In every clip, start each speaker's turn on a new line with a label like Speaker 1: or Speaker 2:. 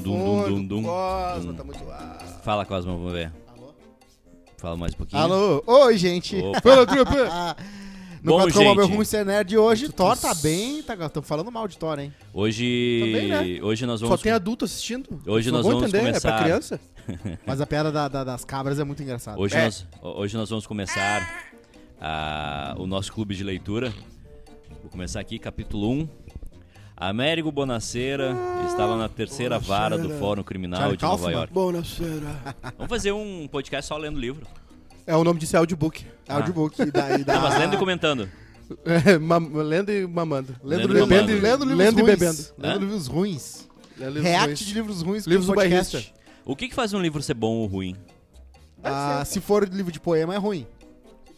Speaker 1: dum, dum,
Speaker 2: Cosma,
Speaker 1: dum.
Speaker 2: tá muito... Ah.
Speaker 1: Fala, Cosmo, vamos ver.
Speaker 2: Alô?
Speaker 1: Fala mais um pouquinho.
Speaker 2: Alô? Oi, gente.
Speaker 1: Opa.
Speaker 2: Fala, trupa.
Speaker 3: Ah,
Speaker 2: No
Speaker 1: Bom,
Speaker 2: Bom, Cotcom,
Speaker 1: gente.
Speaker 2: meu rumo ser nerd hoje, Thor tá bem... Tá, tô falando mal de Thor, hein?
Speaker 1: Hoje.
Speaker 2: Também, né?
Speaker 1: Hoje nós
Speaker 2: Só
Speaker 1: vamos.
Speaker 2: tem adulto assistindo.
Speaker 1: Hoje
Speaker 2: Não
Speaker 1: nós
Speaker 2: vou
Speaker 1: vamos
Speaker 2: entender,
Speaker 1: começar.
Speaker 2: É pra criança?
Speaker 3: Mas a piada da- da- das cabras é muito engraçada.
Speaker 1: Hoje,
Speaker 2: É.
Speaker 1: nós, hoje nós vamos começar a- o nosso clube de leitura. Vou começar aqui, capítulo 1. Américo Bonacera estava na terceira vara do Fórum Criminal
Speaker 2: Charlie
Speaker 1: de é Nova
Speaker 2: Kaufman.
Speaker 1: York.
Speaker 4: Bom, na
Speaker 5: né?
Speaker 4: feira.
Speaker 1: Vamos fazer um podcast só lendo livro.
Speaker 2: É, o nome disso é audiobook.
Speaker 1: Ah.
Speaker 2: Audiobook. E da, e da...
Speaker 1: Não, mas lendo e comentando.
Speaker 2: É, mam- lendo e mamando.
Speaker 1: Lendo
Speaker 2: Lendo,
Speaker 1: e É?
Speaker 2: e
Speaker 1: mamando.
Speaker 2: bebendo. Lendo, livros
Speaker 4: Lendo e
Speaker 2: ruins.
Speaker 4: bebendo.
Speaker 2: Lendo
Speaker 1: Hã?
Speaker 2: livros ruins.
Speaker 4: Lendo livros
Speaker 2: React
Speaker 4: ruins.
Speaker 2: de livros ruins. com
Speaker 4: Livros do
Speaker 2: podcast.
Speaker 4: bairrista.
Speaker 1: O que, que faz um livro ser bom ou ruim?
Speaker 2: Ah, se for livro de poema, é ruim.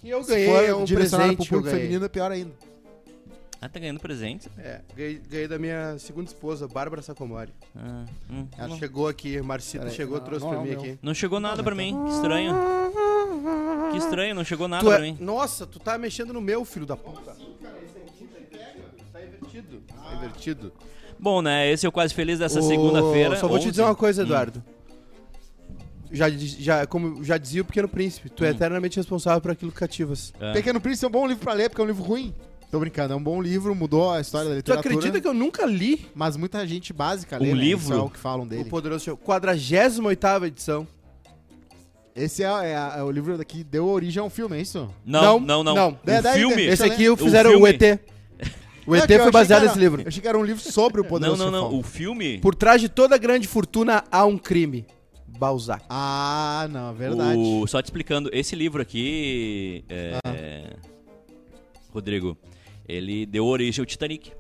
Speaker 4: E eu
Speaker 2: Se
Speaker 4: ganhei
Speaker 2: for
Speaker 4: um
Speaker 2: direcionado
Speaker 4: presente
Speaker 2: pro
Speaker 4: que eu
Speaker 2: público
Speaker 4: ganhei.
Speaker 2: feminino, é pior ainda.
Speaker 1: Ah, tá ganhando presente.
Speaker 4: É, ganhei, ganhei da minha segunda esposa, Bárbara Sacomori.
Speaker 1: Ah, hum.
Speaker 4: Ela chegou aqui, Marcita
Speaker 2: Tá Peraí,
Speaker 4: chegou,
Speaker 2: não,
Speaker 4: trouxe
Speaker 2: não
Speaker 4: pra
Speaker 2: é o
Speaker 4: mim
Speaker 2: meu.
Speaker 4: aqui.
Speaker 1: Não chegou nada pra mim. Que estranho. Que estranho, não chegou nada
Speaker 4: Tu é-
Speaker 1: Tá pra mim.
Speaker 4: Nossa, tu tá mexendo no meu, filho da puta. Tá invertido. Tá invertido.
Speaker 1: Bom, né? Esse é o Quase Feliz dessa
Speaker 4: Ô,
Speaker 1: segunda-feira. Hum.
Speaker 4: Só vou
Speaker 1: 11.
Speaker 4: te dizer uma coisa, Eduardo. Já, diz- já, como já dizia o Pequeno Príncipe, tu é
Speaker 1: Hum.
Speaker 4: eternamente responsável por aquilo que cativas.
Speaker 1: Ah.
Speaker 2: Pequeno Príncipe é um bom livro pra ler, porque é um livro ruim. Tô brincando, é um bom livro, mudou a história da
Speaker 4: Tu
Speaker 2: literatura.
Speaker 4: acredita que eu nunca li
Speaker 2: Mas muita gente básica
Speaker 1: Um
Speaker 2: lê, né?
Speaker 1: livro?
Speaker 2: Isso é o que falam dele.
Speaker 4: o Poderoso Chefão? 48 edição.
Speaker 2: Esse é, é a- é o livro que deu origem a um filme, é isso?
Speaker 1: Não, não, não.
Speaker 4: não.
Speaker 2: É,
Speaker 1: O
Speaker 2: daí
Speaker 1: filme.
Speaker 2: tem-
Speaker 4: Esse
Speaker 2: Esse
Speaker 4: aqui
Speaker 2: eu
Speaker 4: eu fizeram
Speaker 1: O
Speaker 4: o,
Speaker 1: filme-
Speaker 4: ET. O ET
Speaker 2: Não, que eu achei
Speaker 4: foi baseado
Speaker 2: que era-
Speaker 4: nesse livro.
Speaker 2: Eu achei que era um livro sobre o
Speaker 1: Não,
Speaker 2: poderoso
Speaker 1: É. não, não.
Speaker 2: chefão.
Speaker 1: O filme.
Speaker 4: Por trás de toda grande fortuna há um crime. Balzac.
Speaker 2: Ah, não, é verdade.
Speaker 1: O- só te explicando, esse livro aqui, é,
Speaker 4: Ah.
Speaker 1: Rodrigo, ele deu origem ao Titanic.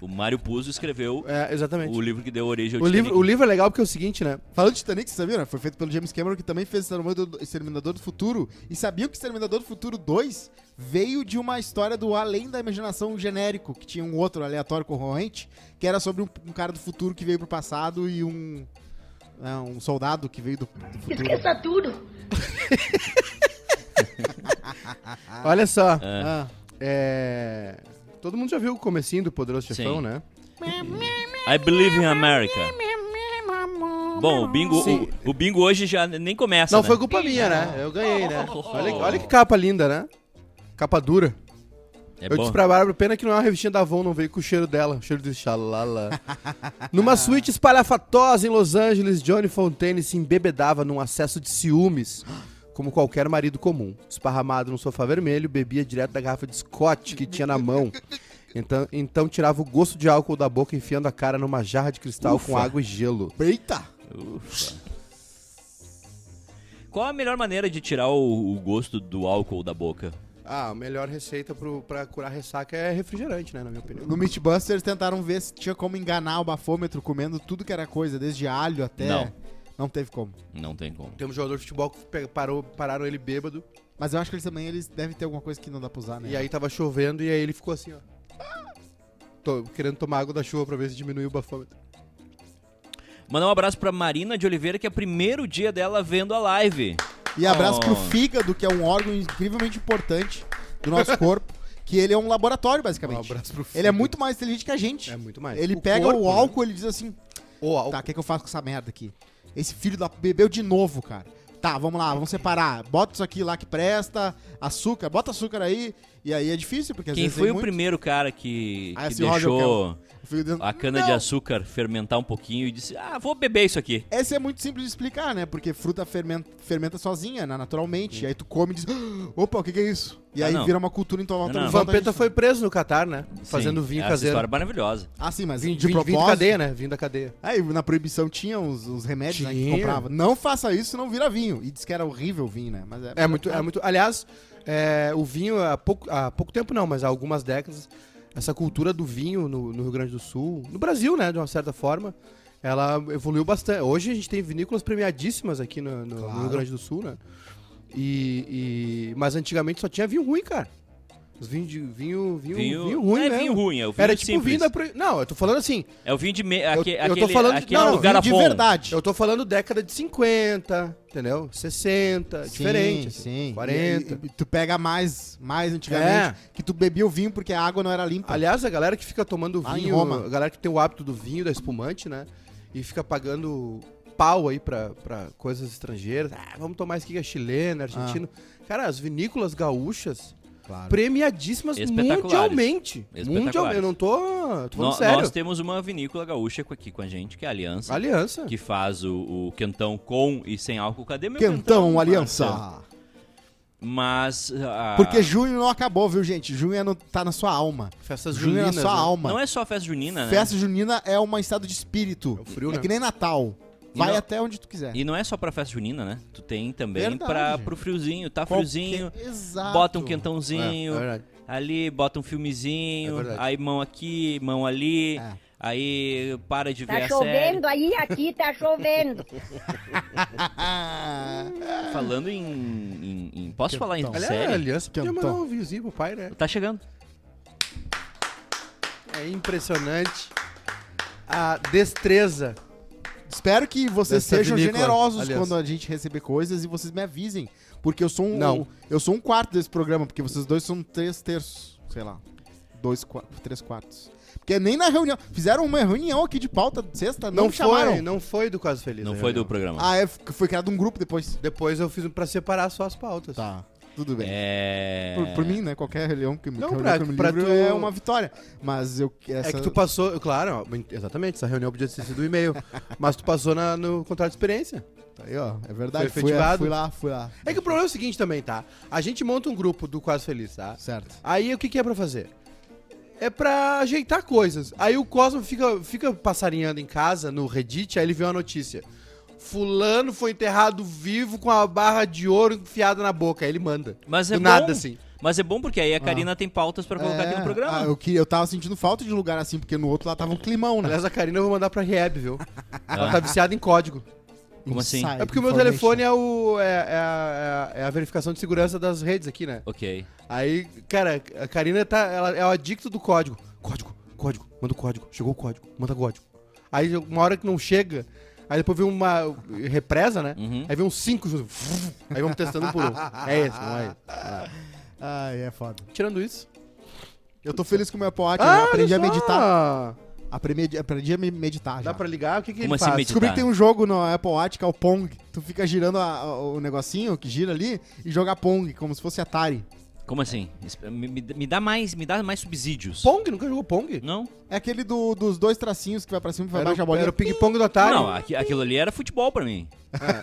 Speaker 1: o Mário Puzo escreveu
Speaker 4: É, exatamente.
Speaker 1: o livro que deu origem ao
Speaker 4: O
Speaker 1: Titanic.
Speaker 4: livro, o livro é legal porque é o seguinte, né?
Speaker 2: Falando de Titanic, vocês sabiam, né? Foi feito pelo James Cameron, que também fez Exterminador do- Exterminador do Futuro. E sabiam que Exterminador do Futuro 2 veio de uma história do Além da Imaginação genérico, que tinha um outro aleatório concorrente, que era sobre um, um cara do futuro que veio pro passado e um... é, um soldado que veio do, do futuro.
Speaker 6: Esqueça tudo.
Speaker 4: Olha só.
Speaker 2: Ah,
Speaker 4: É... Todo mundo já viu o comecinho do Poderoso Chefão,
Speaker 1: Sim.
Speaker 4: né?
Speaker 1: I Believe in America. Bom, o bingo,
Speaker 4: Sim.
Speaker 1: o, o bingo hoje já nem começa,
Speaker 4: Não,
Speaker 1: né?
Speaker 4: foi culpa minha, né? Eu ganhei, né? Olha, olha que capa linda, né? Capa dura.
Speaker 1: É
Speaker 4: eu
Speaker 1: bom.
Speaker 4: disse pra Bárbara, pena que não é uma revistinha da Avon, não veio com o cheiro dela. O cheiro de xalala. Numa suíte espalhafatosa em Los Angeles, Johnny Fontaine se embebedava num acesso de ciúmes, como qualquer marido comum. Esparramado num sofá vermelho, bebia direto da garrafa de Scott que tinha na mão. Então, então tirava o gosto de álcool da boca, enfiando a cara numa jarra de cristal com água e gelo.
Speaker 2: Eita!
Speaker 1: Ufa. Qual a melhor maneira de tirar o, o gosto do álcool da boca?
Speaker 4: Ah, a melhor receita pro, pra curar ressaca é refrigerante, né? Na minha opinião.
Speaker 2: No Mythbusters tentaram ver se tinha como enganar o bafômetro comendo tudo que era coisa, desde alho até...
Speaker 1: Não.
Speaker 2: Não teve como.
Speaker 1: Não tem como.
Speaker 4: Tem um jogador de futebol que pe- parou, pararam ele bêbado,
Speaker 2: Mas eu acho que eles também eles devem ter alguma coisa que não dá pra usar, né?
Speaker 4: e aí tava chovendo, e aí ele ficou assim, ó. Tô querendo tomar água da chuva pra ver se diminuiu o bafômetro.
Speaker 1: Mandar um abraço pra Marina de Oliveira, que é o primeiro dia dela vendo a live.
Speaker 2: E abraço
Speaker 1: Oh.
Speaker 2: pro fígado, que é um órgão incrivelmente importante do nosso corpo, que ele é um laboratório, basicamente.
Speaker 4: Um abraço pro
Speaker 2: Ele é
Speaker 4: fígado.
Speaker 2: muito mais inteligente que a gente.
Speaker 4: É muito mais.
Speaker 2: Ele
Speaker 4: O
Speaker 2: pega
Speaker 4: corpo,
Speaker 2: o
Speaker 4: né?
Speaker 2: álcool, ele diz assim,
Speaker 4: Ô, álcool.
Speaker 2: tá, o que, que eu faço com essa merda aqui? Esse filho da... bebeu de novo, cara. Tá, vamos lá, vamos separar. Bota isso aqui lá que presta, açúcar, bota açúcar aí. E aí é difícil, porque às
Speaker 1: Quem
Speaker 2: vezes
Speaker 1: foi
Speaker 2: tem
Speaker 1: o
Speaker 2: muito.
Speaker 1: primeiro cara que,
Speaker 2: Ah,
Speaker 1: que
Speaker 2: esse Roger
Speaker 1: deixou
Speaker 2: Eu fico dizendo,
Speaker 1: a cana
Speaker 2: "Não,
Speaker 1: de açúcar fermentar um pouquinho e disse: Ah, vou beber isso aqui.
Speaker 2: Essa é muito simples de explicar, né? Porque fruta fermenta, fermenta sozinha, né? naturalmente. E aí tu come e diz, "Ah, opa, o que, que é isso? E
Speaker 1: Ah,
Speaker 2: aí
Speaker 1: não.
Speaker 2: vira uma cultura em tua volta.
Speaker 1: Não,
Speaker 4: O
Speaker 1: não.
Speaker 4: Vampeta foi preso no Catar, né? Fazendo
Speaker 1: Sim,
Speaker 4: vinho
Speaker 1: essa
Speaker 4: caseiro.
Speaker 1: história é maravilhosa.
Speaker 2: Ah, sim, mas
Speaker 4: Vinho,
Speaker 2: de
Speaker 4: vinho, vinho
Speaker 2: propósito.
Speaker 4: da cadeia, né? Vinho da cadeia.
Speaker 2: Aí na proibição tinha os, os remédios né, que
Speaker 4: Tinha.
Speaker 2: comprava. Não faça isso, senão vira vinho. E diz que era horrível o vinho, né? Mas é,
Speaker 4: É muito, é muito. Aliás, é, o vinho há pouco, há pouco tempo não, mas há algumas décadas, essa cultura do vinho no, no Rio Grande do Sul, no Brasil, né, de uma certa forma, ela evoluiu bastante. Hoje a gente tem vinícolas premiadíssimas aqui no, no- no
Speaker 2: Claro.
Speaker 4: Rio Grande do Sul, né? E, e- mas antigamente só tinha vinho ruim, cara. Os vinhos de vinho, vinho, vinho, ruim,
Speaker 1: não é
Speaker 4: né?
Speaker 1: vinho ruim, é o vinho
Speaker 4: Era tipo
Speaker 1: simples.
Speaker 4: vinho da pro... Não, eu tô falando assim.
Speaker 1: É o vinho de. Me... aque-
Speaker 4: eu tô
Speaker 1: aquele
Speaker 4: falando de-
Speaker 1: aquele
Speaker 4: não,
Speaker 1: do
Speaker 4: vinho de
Speaker 1: garrafão.
Speaker 2: de verdade.
Speaker 4: Eu tô falando década de 50, entendeu? 60, diferente. assim,
Speaker 2: sim.
Speaker 4: 40.
Speaker 2: E- e- e tu pega mais, mais antigamente,
Speaker 4: É.
Speaker 2: que tu bebia o vinho porque a água não era limpa.
Speaker 4: Aliás, a galera que fica tomando
Speaker 2: Lá Ah, em
Speaker 4: vinho,
Speaker 2: Roma.
Speaker 4: a galera que tem o hábito do vinho, da espumante, né? e fica pagando pau aí pra, pra coisas estrangeiras. Ah, vamos tomar isso aqui que é chileno, argentino.
Speaker 2: Ah.
Speaker 4: Cara, as vinícolas gaúchas,
Speaker 2: Claro.
Speaker 4: premiadíssimas
Speaker 1: Espetaculares.
Speaker 4: mundialmente.
Speaker 1: Espetaculares.
Speaker 4: Mundialmente, eu não tô, tô
Speaker 1: No-
Speaker 4: falando sério.
Speaker 1: nós temos uma vinícola gaúcha aqui com a gente, que é a Aliança,
Speaker 4: Aliança.
Speaker 1: que faz o, o quentão com e sem álcool. Cadê meu quentão?
Speaker 4: então,
Speaker 2: Quentão,
Speaker 1: Marcelo?
Speaker 2: aliança.
Speaker 1: Mas. ah,
Speaker 2: Porque junho não acabou, viu, gente? Junho é no- tá na sua alma.
Speaker 4: Festas
Speaker 2: junho é na
Speaker 4: juninas.
Speaker 2: sua
Speaker 4: né?
Speaker 2: alma.
Speaker 1: não é só festa junina, né?
Speaker 2: Festa junina é um estado de espírito.
Speaker 4: É o frio, né?
Speaker 2: que nem Natal.
Speaker 1: E
Speaker 2: Vai
Speaker 1: não-
Speaker 2: até onde tu quiser.
Speaker 1: E não é só pra festa junina, né? Tu tem também
Speaker 2: Verdade.
Speaker 1: pra, pro friozinho. Tá
Speaker 2: Qualquer-
Speaker 1: friozinho,
Speaker 2: Exato.
Speaker 1: bota um
Speaker 4: É,
Speaker 1: quentãozinho,
Speaker 4: é verdade.
Speaker 1: ali bota um filmezinho,
Speaker 4: É verdade.
Speaker 1: aí mão aqui, mão ali,
Speaker 2: É.
Speaker 1: aí para de ver
Speaker 6: Tá
Speaker 1: a série.
Speaker 6: chovendo aí, aqui tá chovendo.
Speaker 2: Ah,
Speaker 1: Falando em. em- em- posso falar em
Speaker 2: Quentão.
Speaker 4: Aliás, a
Speaker 1: série?
Speaker 4: Aliança podia
Speaker 2: Quentão.
Speaker 4: mandar um vinhozinho pro pai, né?
Speaker 1: Tá chegando.
Speaker 4: É impressionante a destreza.
Speaker 2: espero que vocês
Speaker 4: Dessa
Speaker 2: sejam
Speaker 4: vinícola,
Speaker 2: generosos
Speaker 4: aliás.
Speaker 2: quando a gente receber coisas e vocês me avisem. Porque eu sou um.
Speaker 4: Não.
Speaker 2: Eu sou um quarto desse programa, porque vocês dois são três terços. Sei lá. Dois, qua- três quartos. Porque nem na reunião. Fizeram uma reunião aqui de pauta sexta, não,
Speaker 4: Não,
Speaker 2: chamaram.
Speaker 4: foi, não foi do Quase Feliz.
Speaker 1: Não
Speaker 4: a
Speaker 1: foi do
Speaker 4: reunião.
Speaker 1: programa.
Speaker 2: Ah, é, f- foi criado um grupo depois.
Speaker 4: Depois eu fiz um pra separar só as pautas.
Speaker 2: Tá. Tudo bem.
Speaker 1: É.
Speaker 2: Por, por mim, né? Qualquer reunião que,
Speaker 4: Não,
Speaker 2: que
Speaker 4: pra-
Speaker 2: eu me
Speaker 4: pra
Speaker 2: livro
Speaker 4: tu-
Speaker 2: é uma vitória. Mas eu. Essa...
Speaker 4: É que tu passou, claro, ó, exatamente, essa reunião podia ter sido do e-mail, mas tu passou na- no contrato de experiência.
Speaker 2: Tá Aí, ó. É verdade.
Speaker 4: Foi
Speaker 2: Fui,
Speaker 4: efetivado.
Speaker 2: fui lá, fui lá.
Speaker 4: É que o problema é o seguinte também, tá? A gente monta um grupo do Quase Feliz, tá?
Speaker 2: Certo.
Speaker 4: Aí o que, que é pra fazer? É pra ajeitar coisas. Aí o Cosmo fica, fica passarinhando em casa, no Reddit, aí ele vê uma notícia. Fulano foi enterrado vivo com a barra de ouro enfiada na boca. Aí ele manda.
Speaker 1: Mas é
Speaker 4: do
Speaker 1: bom.
Speaker 4: nada, assim.
Speaker 1: Mas é bom porque aí a Karina tem pautas pra colocar aqui no programa.
Speaker 2: Ah, eu, queria, eu tava sentindo falta de lugar assim, porque no outro lá tava um climão, né?
Speaker 4: Aliás, a Karina eu vou mandar pra Rehab, viu? Ela
Speaker 1: Ah.
Speaker 4: tá viciada em código.
Speaker 1: Como assim?
Speaker 2: Inside
Speaker 4: É porque o meu
Speaker 2: information.
Speaker 4: telefone é, o, é, é a- é a- é a verificação de segurança das redes aqui, né?
Speaker 1: Ok.
Speaker 4: Aí, cara, a Karina tá, ela é o adicto do código. Código, código, manda o código. Chegou o código, manda o código. Aí, uma hora que não chega, aí depois vem uma represa, né?
Speaker 1: Uhum.
Speaker 4: Aí vem uns cinco junto. Aí vamos testando um por um. É esse, não é esse.
Speaker 2: Ai, é foda.
Speaker 4: Tirando isso.
Speaker 2: Eu tô feliz com o meu Apple Watch,
Speaker 1: Ah,
Speaker 2: eu já aprendi a
Speaker 4: Ah, olha só.
Speaker 2: meditar. Aprendi, aprendi a me meditar
Speaker 4: Dá
Speaker 2: já.
Speaker 4: pra ligar? O que, que
Speaker 1: Como
Speaker 4: ele
Speaker 1: assim
Speaker 4: faz?
Speaker 1: meditar?
Speaker 2: Descobri que tem um jogo no Apple Watch que é o Pong. Tu fica girando a- a- o negocinho que gira ali e joga Pong, como se fosse Atari.
Speaker 1: Como assim? Es- Me, me- me dá mais, me dá mais subsídios.
Speaker 4: Pong? Nunca jogou Pong?
Speaker 1: Não?
Speaker 2: É aquele do- dos dois tracinhos que vai pra cima e vai
Speaker 4: Era, um-
Speaker 2: baixo a
Speaker 4: o-
Speaker 2: bolinha.
Speaker 4: era o ping-pong do Atari.
Speaker 1: Não, aqui- aquilo ali era futebol pra mim.
Speaker 4: era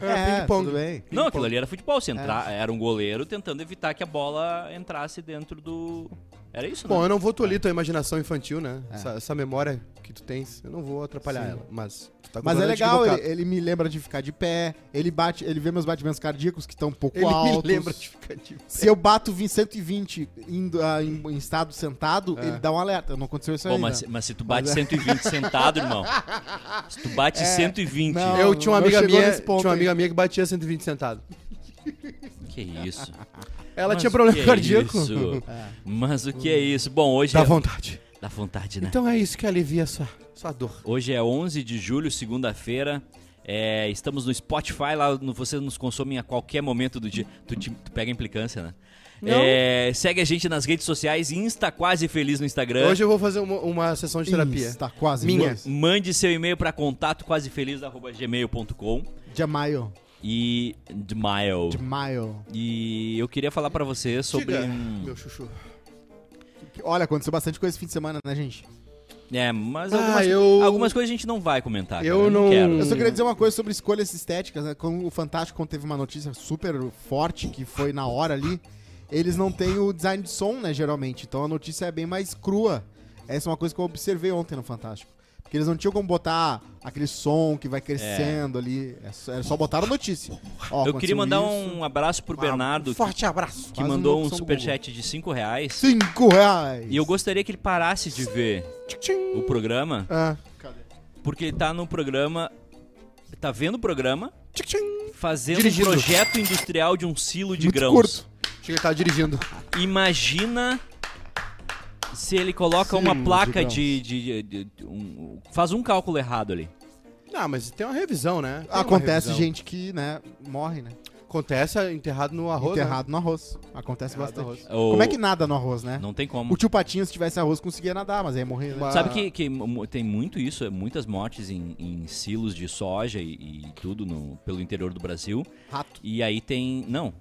Speaker 4: um
Speaker 2: é,
Speaker 4: ping-pong.
Speaker 2: tudo bem.
Speaker 1: Não, aquilo ali era futebol. Você
Speaker 4: É.
Speaker 1: entra... Era um goleiro tentando evitar que a bola entrasse dentro do. Era isso, né?
Speaker 4: Bom, eu não vou tolir tua imaginação infantil, né? Essa, essa memória que tu tens, eu não vou atrapalhar ela. Mas tu tá
Speaker 2: Mas é
Speaker 4: completamente
Speaker 2: legal, ele,
Speaker 4: equivocado.
Speaker 2: ele me lembra de ficar de pé, ele bate, ele vê meus batimentos cardíacos que estão um pouco
Speaker 4: Ele
Speaker 2: altos.
Speaker 4: me lembra de ficar de
Speaker 2: Se eu bato 20, 120 indo, ah, em, em estado sentado,
Speaker 4: É.
Speaker 2: ele dá um alerta. Não aconteceu isso né?
Speaker 1: Pô,
Speaker 2: ainda.
Speaker 1: mas, se- mas se tu bate 120 sentado, irmão. Se tu
Speaker 4: É,
Speaker 1: bate 120.
Speaker 2: não.
Speaker 4: Eu tinha uma
Speaker 2: não
Speaker 4: amiga
Speaker 2: chegou
Speaker 4: minha,
Speaker 2: nesse ponto
Speaker 4: tinha uma
Speaker 2: ainda.
Speaker 4: amiga minha que batia 120 centavos.
Speaker 1: Que isso?
Speaker 4: Ela
Speaker 1: Mas
Speaker 4: tinha
Speaker 1: o
Speaker 4: problema
Speaker 1: que é
Speaker 4: cardíaco.
Speaker 1: isso? Mas o que é isso? Bom, hoje
Speaker 4: Dá
Speaker 1: é.
Speaker 4: vontade.
Speaker 1: Dá vontade, né?
Speaker 4: Então é isso que alivia a sua, sua dor.
Speaker 1: Hoje é 11 de julho, segunda-feira. É, estamos no Spotify, lá no- vocês nos consomem a qualquer momento do dia. Tu, te- tu pega a implicância, né? É, segue a gente nas redes sociais, Insta Quase Feliz no Instagram.
Speaker 4: Hoje eu vou fazer uma, uma sessão de terapia.
Speaker 2: Está tá quase.
Speaker 4: Minha.
Speaker 2: dois.
Speaker 1: Mande seu e-mail para contato quasefeliz@gmail.com
Speaker 2: De maio.
Speaker 1: e de mail.
Speaker 2: De maio.
Speaker 1: E eu queria falar para vocês sobre
Speaker 4: Diga,
Speaker 1: um-
Speaker 4: Meu chuchu.
Speaker 2: Olha, aconteceu bastante coisa esse fim de semana, né, gente?
Speaker 1: é, mas
Speaker 4: Ah,
Speaker 1: algumas,
Speaker 4: eu-
Speaker 1: algumas coisas a gente não vai comentar. cara,
Speaker 4: Eu não-
Speaker 1: quero.
Speaker 2: Eu só queria dizer uma coisa sobre escolhas estéticas. Né? Como o Fantástico teve uma notícia super forte, que foi na hora ali, eles não têm o design de som, né, geralmente. Então a notícia é bem mais crua. Essa é uma coisa que eu observei ontem no Fantástico. Porque eles não tinham como botar aquele som que vai crescendo ali. É só, é só botaram a notícia. Ó,
Speaker 1: Eu queria
Speaker 2: aconteceu
Speaker 1: mandar
Speaker 2: isso.
Speaker 1: um abraço pro Bernardo, que,
Speaker 4: Forte abraço.
Speaker 1: que
Speaker 2: Faz um
Speaker 1: mandou um
Speaker 2: locução do
Speaker 1: superchat de 5 reais.
Speaker 2: Cinco reais!
Speaker 1: E eu gostaria que ele parasse de ver o programa,
Speaker 4: Ah.
Speaker 1: porque ele tá no programa. Tá vendo o programa,
Speaker 4: Tchim, tchim.
Speaker 1: fazendo
Speaker 4: Dirigindo.
Speaker 1: um projeto industrial de um silo de
Speaker 2: Muito
Speaker 1: grãos.
Speaker 2: curto.
Speaker 4: Achei que ele
Speaker 2: tá
Speaker 4: tava dirigindo.
Speaker 1: Imagina se ele coloca
Speaker 2: Silo
Speaker 1: uma
Speaker 2: de
Speaker 1: placa
Speaker 2: grãos.
Speaker 1: de. de- de- de- um- faz um cálculo errado ali.
Speaker 4: Ah, mas tem uma revisão, né? Tem uma
Speaker 2: Acontece
Speaker 4: revisão.
Speaker 2: gente que, né, morre, né?
Speaker 4: Acontece é enterrado no arroz. né?
Speaker 2: Enterrado no arroz. Acontece
Speaker 4: Enterrado no
Speaker 2: bastante.
Speaker 4: arroz.
Speaker 1: O-
Speaker 2: Como é que nada no arroz, né?
Speaker 1: Não tem como.
Speaker 2: O tio Patinho, se tivesse arroz, conseguia nadar, mas aí ia morrer, né?
Speaker 4: Mas-
Speaker 1: Sabe que, que mu- tem muito isso, é muitas mortes em, em silos de soja e, e tudo no- pelo interior do Brasil.
Speaker 2: Rato.
Speaker 1: E aí tem. Não,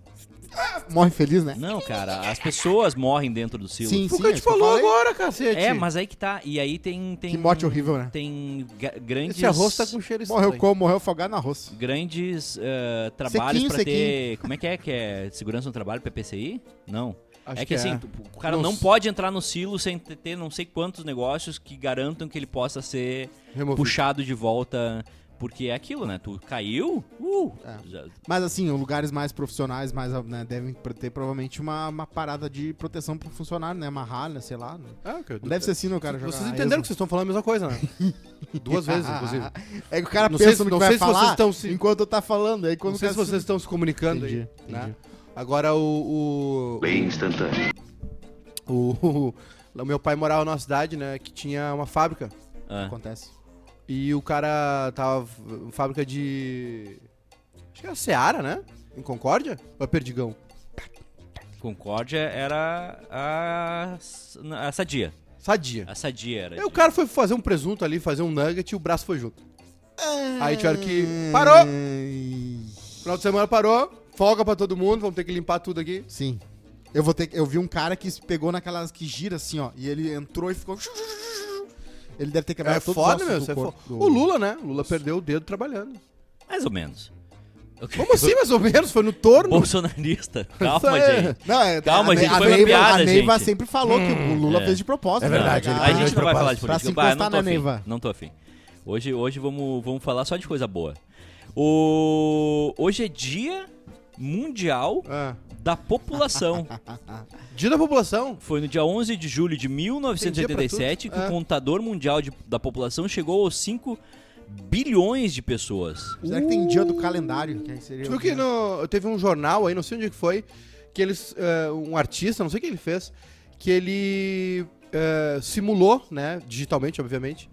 Speaker 2: Morre feliz, né?
Speaker 1: não, cara. As pessoas morrem dentro do silo.
Speaker 2: Sim,
Speaker 4: Porque
Speaker 2: é
Speaker 4: a gente
Speaker 2: isso que eu
Speaker 4: falou
Speaker 2: falei.
Speaker 4: agora, cacete.
Speaker 1: É, mas aí que tá. E aí tem. tem
Speaker 2: Que morte horrível, né?
Speaker 1: Tem ga- grandes.
Speaker 4: Esse arroz tá com cheiro estranho.
Speaker 2: Morreu como? Morreu afogado no arroz.
Speaker 1: Grandes eh, trabalhos
Speaker 2: Sequinho,
Speaker 1: pra ter. Como é que é? Que é segurança no trabalho, PPCI? Não.
Speaker 4: Acho
Speaker 1: é que, assim, o cara não
Speaker 4: Nossa.
Speaker 1: pode entrar no silo sem ter- ter não sei quantos negócios que garantam que ele possa ser
Speaker 4: Removido.
Speaker 1: puxado de volta. Porque é aquilo, né? Tu caiu, uh, já-
Speaker 2: Mas assim, os lugares mais profissionais, mais, né, devem ter provavelmente uma, uma parada de proteção pro funcionário, né? Amarrar, né? Sei lá. né?
Speaker 4: Ah, ok.
Speaker 2: Não deve ser assim, não, cara.
Speaker 4: Vocês
Speaker 2: jogar
Speaker 4: entenderam
Speaker 2: esmo.
Speaker 4: que vocês estão falando a mesma coisa, né? Ah, Duas vezes, inclusive.
Speaker 2: É que o cara
Speaker 4: Não
Speaker 2: pensa
Speaker 4: sei se-
Speaker 2: no que
Speaker 4: não
Speaker 2: vai
Speaker 4: sei se vocês
Speaker 2: falar
Speaker 4: estão se-
Speaker 2: enquanto eu tá falando. Aí quando
Speaker 4: Não
Speaker 2: o
Speaker 4: sei
Speaker 2: cara
Speaker 4: se vocês estão se comunicando aí.
Speaker 2: Entendi,
Speaker 4: né?
Speaker 2: entendi.
Speaker 4: Agora o. o-
Speaker 7: Lei instantânea.
Speaker 4: o- o meu pai morava numa cidade, né? Que tinha uma fábrica.
Speaker 1: ah,
Speaker 2: Acontece.
Speaker 4: E o cara tava. f- Fábrica de. Acho que era Seara, né? Em Concórdia? Ou é Perdigão?
Speaker 1: Concórdia era a, a Sadia.
Speaker 4: Sadia.
Speaker 1: A Sadia era.
Speaker 4: Aí o cara foi fazer um presunto ali, fazer um nugget e o braço foi junto. Aí tiveram que. Parou! Final de semana parou, folga pra todo mundo, vamos ter que limpar tudo aqui.
Speaker 2: Sim. Eu vou ter que- eu vi um cara que se pegou naquelas que gira assim, ó, e ele entrou e ficou Ele deve ter quebrado
Speaker 4: É
Speaker 2: todos
Speaker 4: foda,
Speaker 2: os ossos
Speaker 4: meu.
Speaker 2: do
Speaker 4: Isso é foda.
Speaker 2: corpo do-
Speaker 4: O Lula, né? O Lula perdeu o dedo trabalhando.
Speaker 1: Mais ou menos.
Speaker 4: Como assim, mais ou menos? Foi no torno.
Speaker 1: Bolsonarista. Calma,
Speaker 4: é-
Speaker 1: gente.
Speaker 2: Não, é-
Speaker 1: Calma,
Speaker 2: a,
Speaker 1: gente,
Speaker 2: a
Speaker 1: foi uma
Speaker 2: Neiva,
Speaker 1: piada,
Speaker 2: a Neiva
Speaker 1: gente.
Speaker 2: sempre falou que o Lula
Speaker 1: é.
Speaker 2: fez de propósito.
Speaker 4: É
Speaker 2: né?
Speaker 4: verdade, ele
Speaker 2: Ah,
Speaker 1: a
Speaker 4: perdeu
Speaker 1: gente
Speaker 4: de
Speaker 1: não vai falar de
Speaker 4: propósito.
Speaker 2: Pra se
Speaker 1: política. Bah, não
Speaker 2: encostar
Speaker 1: tô
Speaker 2: na
Speaker 1: afim.
Speaker 2: Neiva.
Speaker 1: Não tô afim. Hoje, hoje vamos, vamos falar só de coisa boa. O... Hoje é dia mundial
Speaker 4: Ah.
Speaker 1: da população.
Speaker 4: Dia da população.
Speaker 1: Foi no dia 11 de julho de 1987
Speaker 4: Tem
Speaker 1: que
Speaker 4: dia pra tudo.
Speaker 1: o
Speaker 4: É.
Speaker 1: contador mundial de- da população chegou aos 5 bilhões de pessoas.
Speaker 2: Será que tem dia do calendário? Que aí seria
Speaker 4: Tu viu
Speaker 2: o
Speaker 4: Tipo que
Speaker 2: dia?
Speaker 4: no, teve um jornal aí, não sei onde é que foi, que eles. eh, um artista, não sei o que ele fez, que ele eh, simulou, né? Digitalmente, obviamente,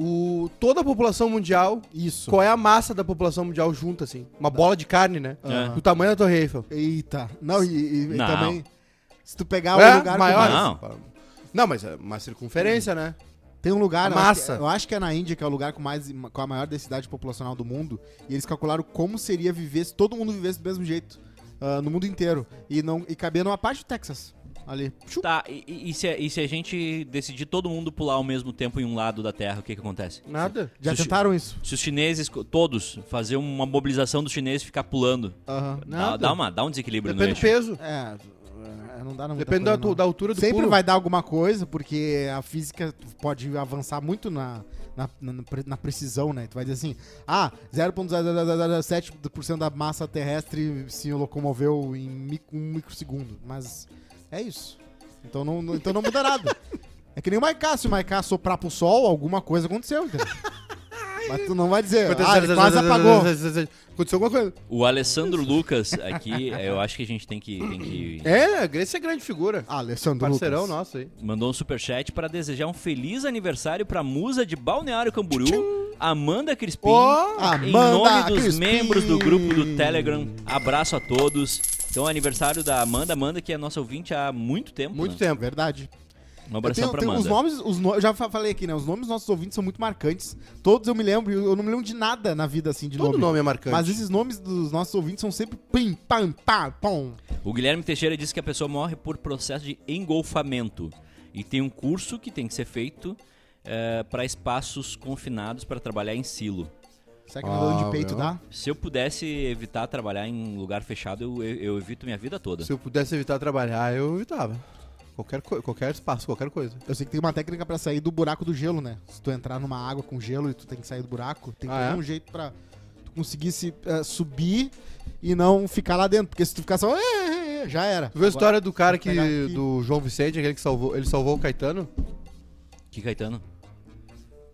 Speaker 4: o, toda a população mundial.
Speaker 2: Isso.
Speaker 4: Qual é a massa da população mundial junta, assim? Uma bola de carne, né?
Speaker 1: É.
Speaker 4: Do tamanho da Torre Eiffel.
Speaker 2: Eita. Não, e, e- e
Speaker 1: Não.
Speaker 2: também... Se tu pegar
Speaker 4: é,
Speaker 2: um lugar...
Speaker 4: maior.
Speaker 1: Não.
Speaker 4: Não, mas é uma circunferência, né?
Speaker 2: Tem um lugar,
Speaker 4: A
Speaker 2: eu acho
Speaker 4: massa.
Speaker 2: que- Eu acho que é na Índia, que é o lugar com, mais, com a maior densidade populacional do mundo, e eles calcularam como seria viver se todo mundo vivesse do mesmo jeito ah, no mundo inteiro. E, não, e cabia numa parte do Texas. Ali. Tchum.
Speaker 1: Tá, e, e- e se, a- e se a gente decidir todo mundo pular ao mesmo tempo em um lado da Terra, o que, que acontece?
Speaker 4: Nada.
Speaker 2: Já
Speaker 1: Sushi.
Speaker 2: tentaram isso?
Speaker 1: Se os chineses, co- todos, fazer uma mobilização dos chineses e ficar pulando,
Speaker 2: Aham.
Speaker 1: dá,
Speaker 4: Nada.
Speaker 1: dá uma, dá um desequilíbrio
Speaker 4: Depende do
Speaker 1: no eixo.
Speaker 4: peso.
Speaker 2: É, é, não dá não.
Speaker 4: Depende da, tu- da altura do
Speaker 2: Sempre
Speaker 4: pulo.
Speaker 2: vai dar alguma coisa, porque a física pode avançar muito na, na, na- na precisão, né? Tu vai dizer assim, ah, 0,007% da massa terrestre se locomoveu em mi- um microsegundo. Mas é isso. Então não, não- então não muda nada. É que nem o Maiká, se o Maiká soprar pro sol, alguma coisa aconteceu, entendeu? Mas tu não vai dizer, ah, ele quase apagou.
Speaker 4: Aconteceu alguma coisa.
Speaker 1: O Alessandro Lucas aqui, é, eu acho que a gente tem que. tem que-
Speaker 4: É, esse é grande figura.
Speaker 2: Ah, Alessandro
Speaker 4: Parceirão
Speaker 2: Lucas.
Speaker 4: nosso aí.
Speaker 1: mandou um superchat para desejar um feliz aniversário para musa de Balneário Camboriú, Amanda Crispim. em nome
Speaker 2: Amanda
Speaker 1: dos
Speaker 2: Crispim.
Speaker 1: membros do grupo do Telegram, abraço a todos. Então, é aniversário da Amanda, Amanda que é nossa ouvinte há muito tempo.
Speaker 4: Muito
Speaker 1: né?
Speaker 4: tempo.
Speaker 2: Verdade.
Speaker 1: Um
Speaker 2: Eu
Speaker 1: abração
Speaker 2: tenho,
Speaker 1: pra
Speaker 2: tenho
Speaker 1: Amanda.
Speaker 2: os nomes, os no- eu já fa- falei aqui, né? Os nomes dos nossos ouvintes são muito marcantes. Todos eu me lembro, eu não me lembro de nada na vida assim de
Speaker 4: Todo
Speaker 2: nome.
Speaker 4: nome é marcante.
Speaker 2: Mas esses nomes dos nossos ouvintes são sempre pim, pam, pá, pom.
Speaker 1: O Guilherme Teixeira disse que a pessoa morre por processo de engolfamento. E tem um curso que tem que ser feito para espaços confinados para trabalhar em silo.
Speaker 2: Será que não dá
Speaker 4: Ah,
Speaker 2: de peito, tá?
Speaker 4: meu.
Speaker 2: dá?
Speaker 1: Se eu pudesse evitar trabalhar em lugar fechado, eu, eu- eu evito minha vida toda.
Speaker 4: Se eu pudesse evitar trabalhar, eu evitava. Qualquer, co- qualquer espaço, qualquer coisa.
Speaker 2: Eu sei que tem uma técnica pra sair do buraco do gelo, né? Se tu entrar numa água com gelo e tu tem que sair do buraco, tem que
Speaker 4: Ah,
Speaker 2: ter
Speaker 4: é?
Speaker 2: um jeito pra tu conseguir se, eh, subir e não ficar lá dentro. Porque se tu ficar só. "Eh, eh, eh", Já era.
Speaker 4: Tu viu a
Speaker 2: Agora-
Speaker 4: história do cara que.
Speaker 2: vou pegar aqui.
Speaker 4: do João Vicente, aquele que salvou. Ele salvou o Caetano?
Speaker 1: Que Caetano?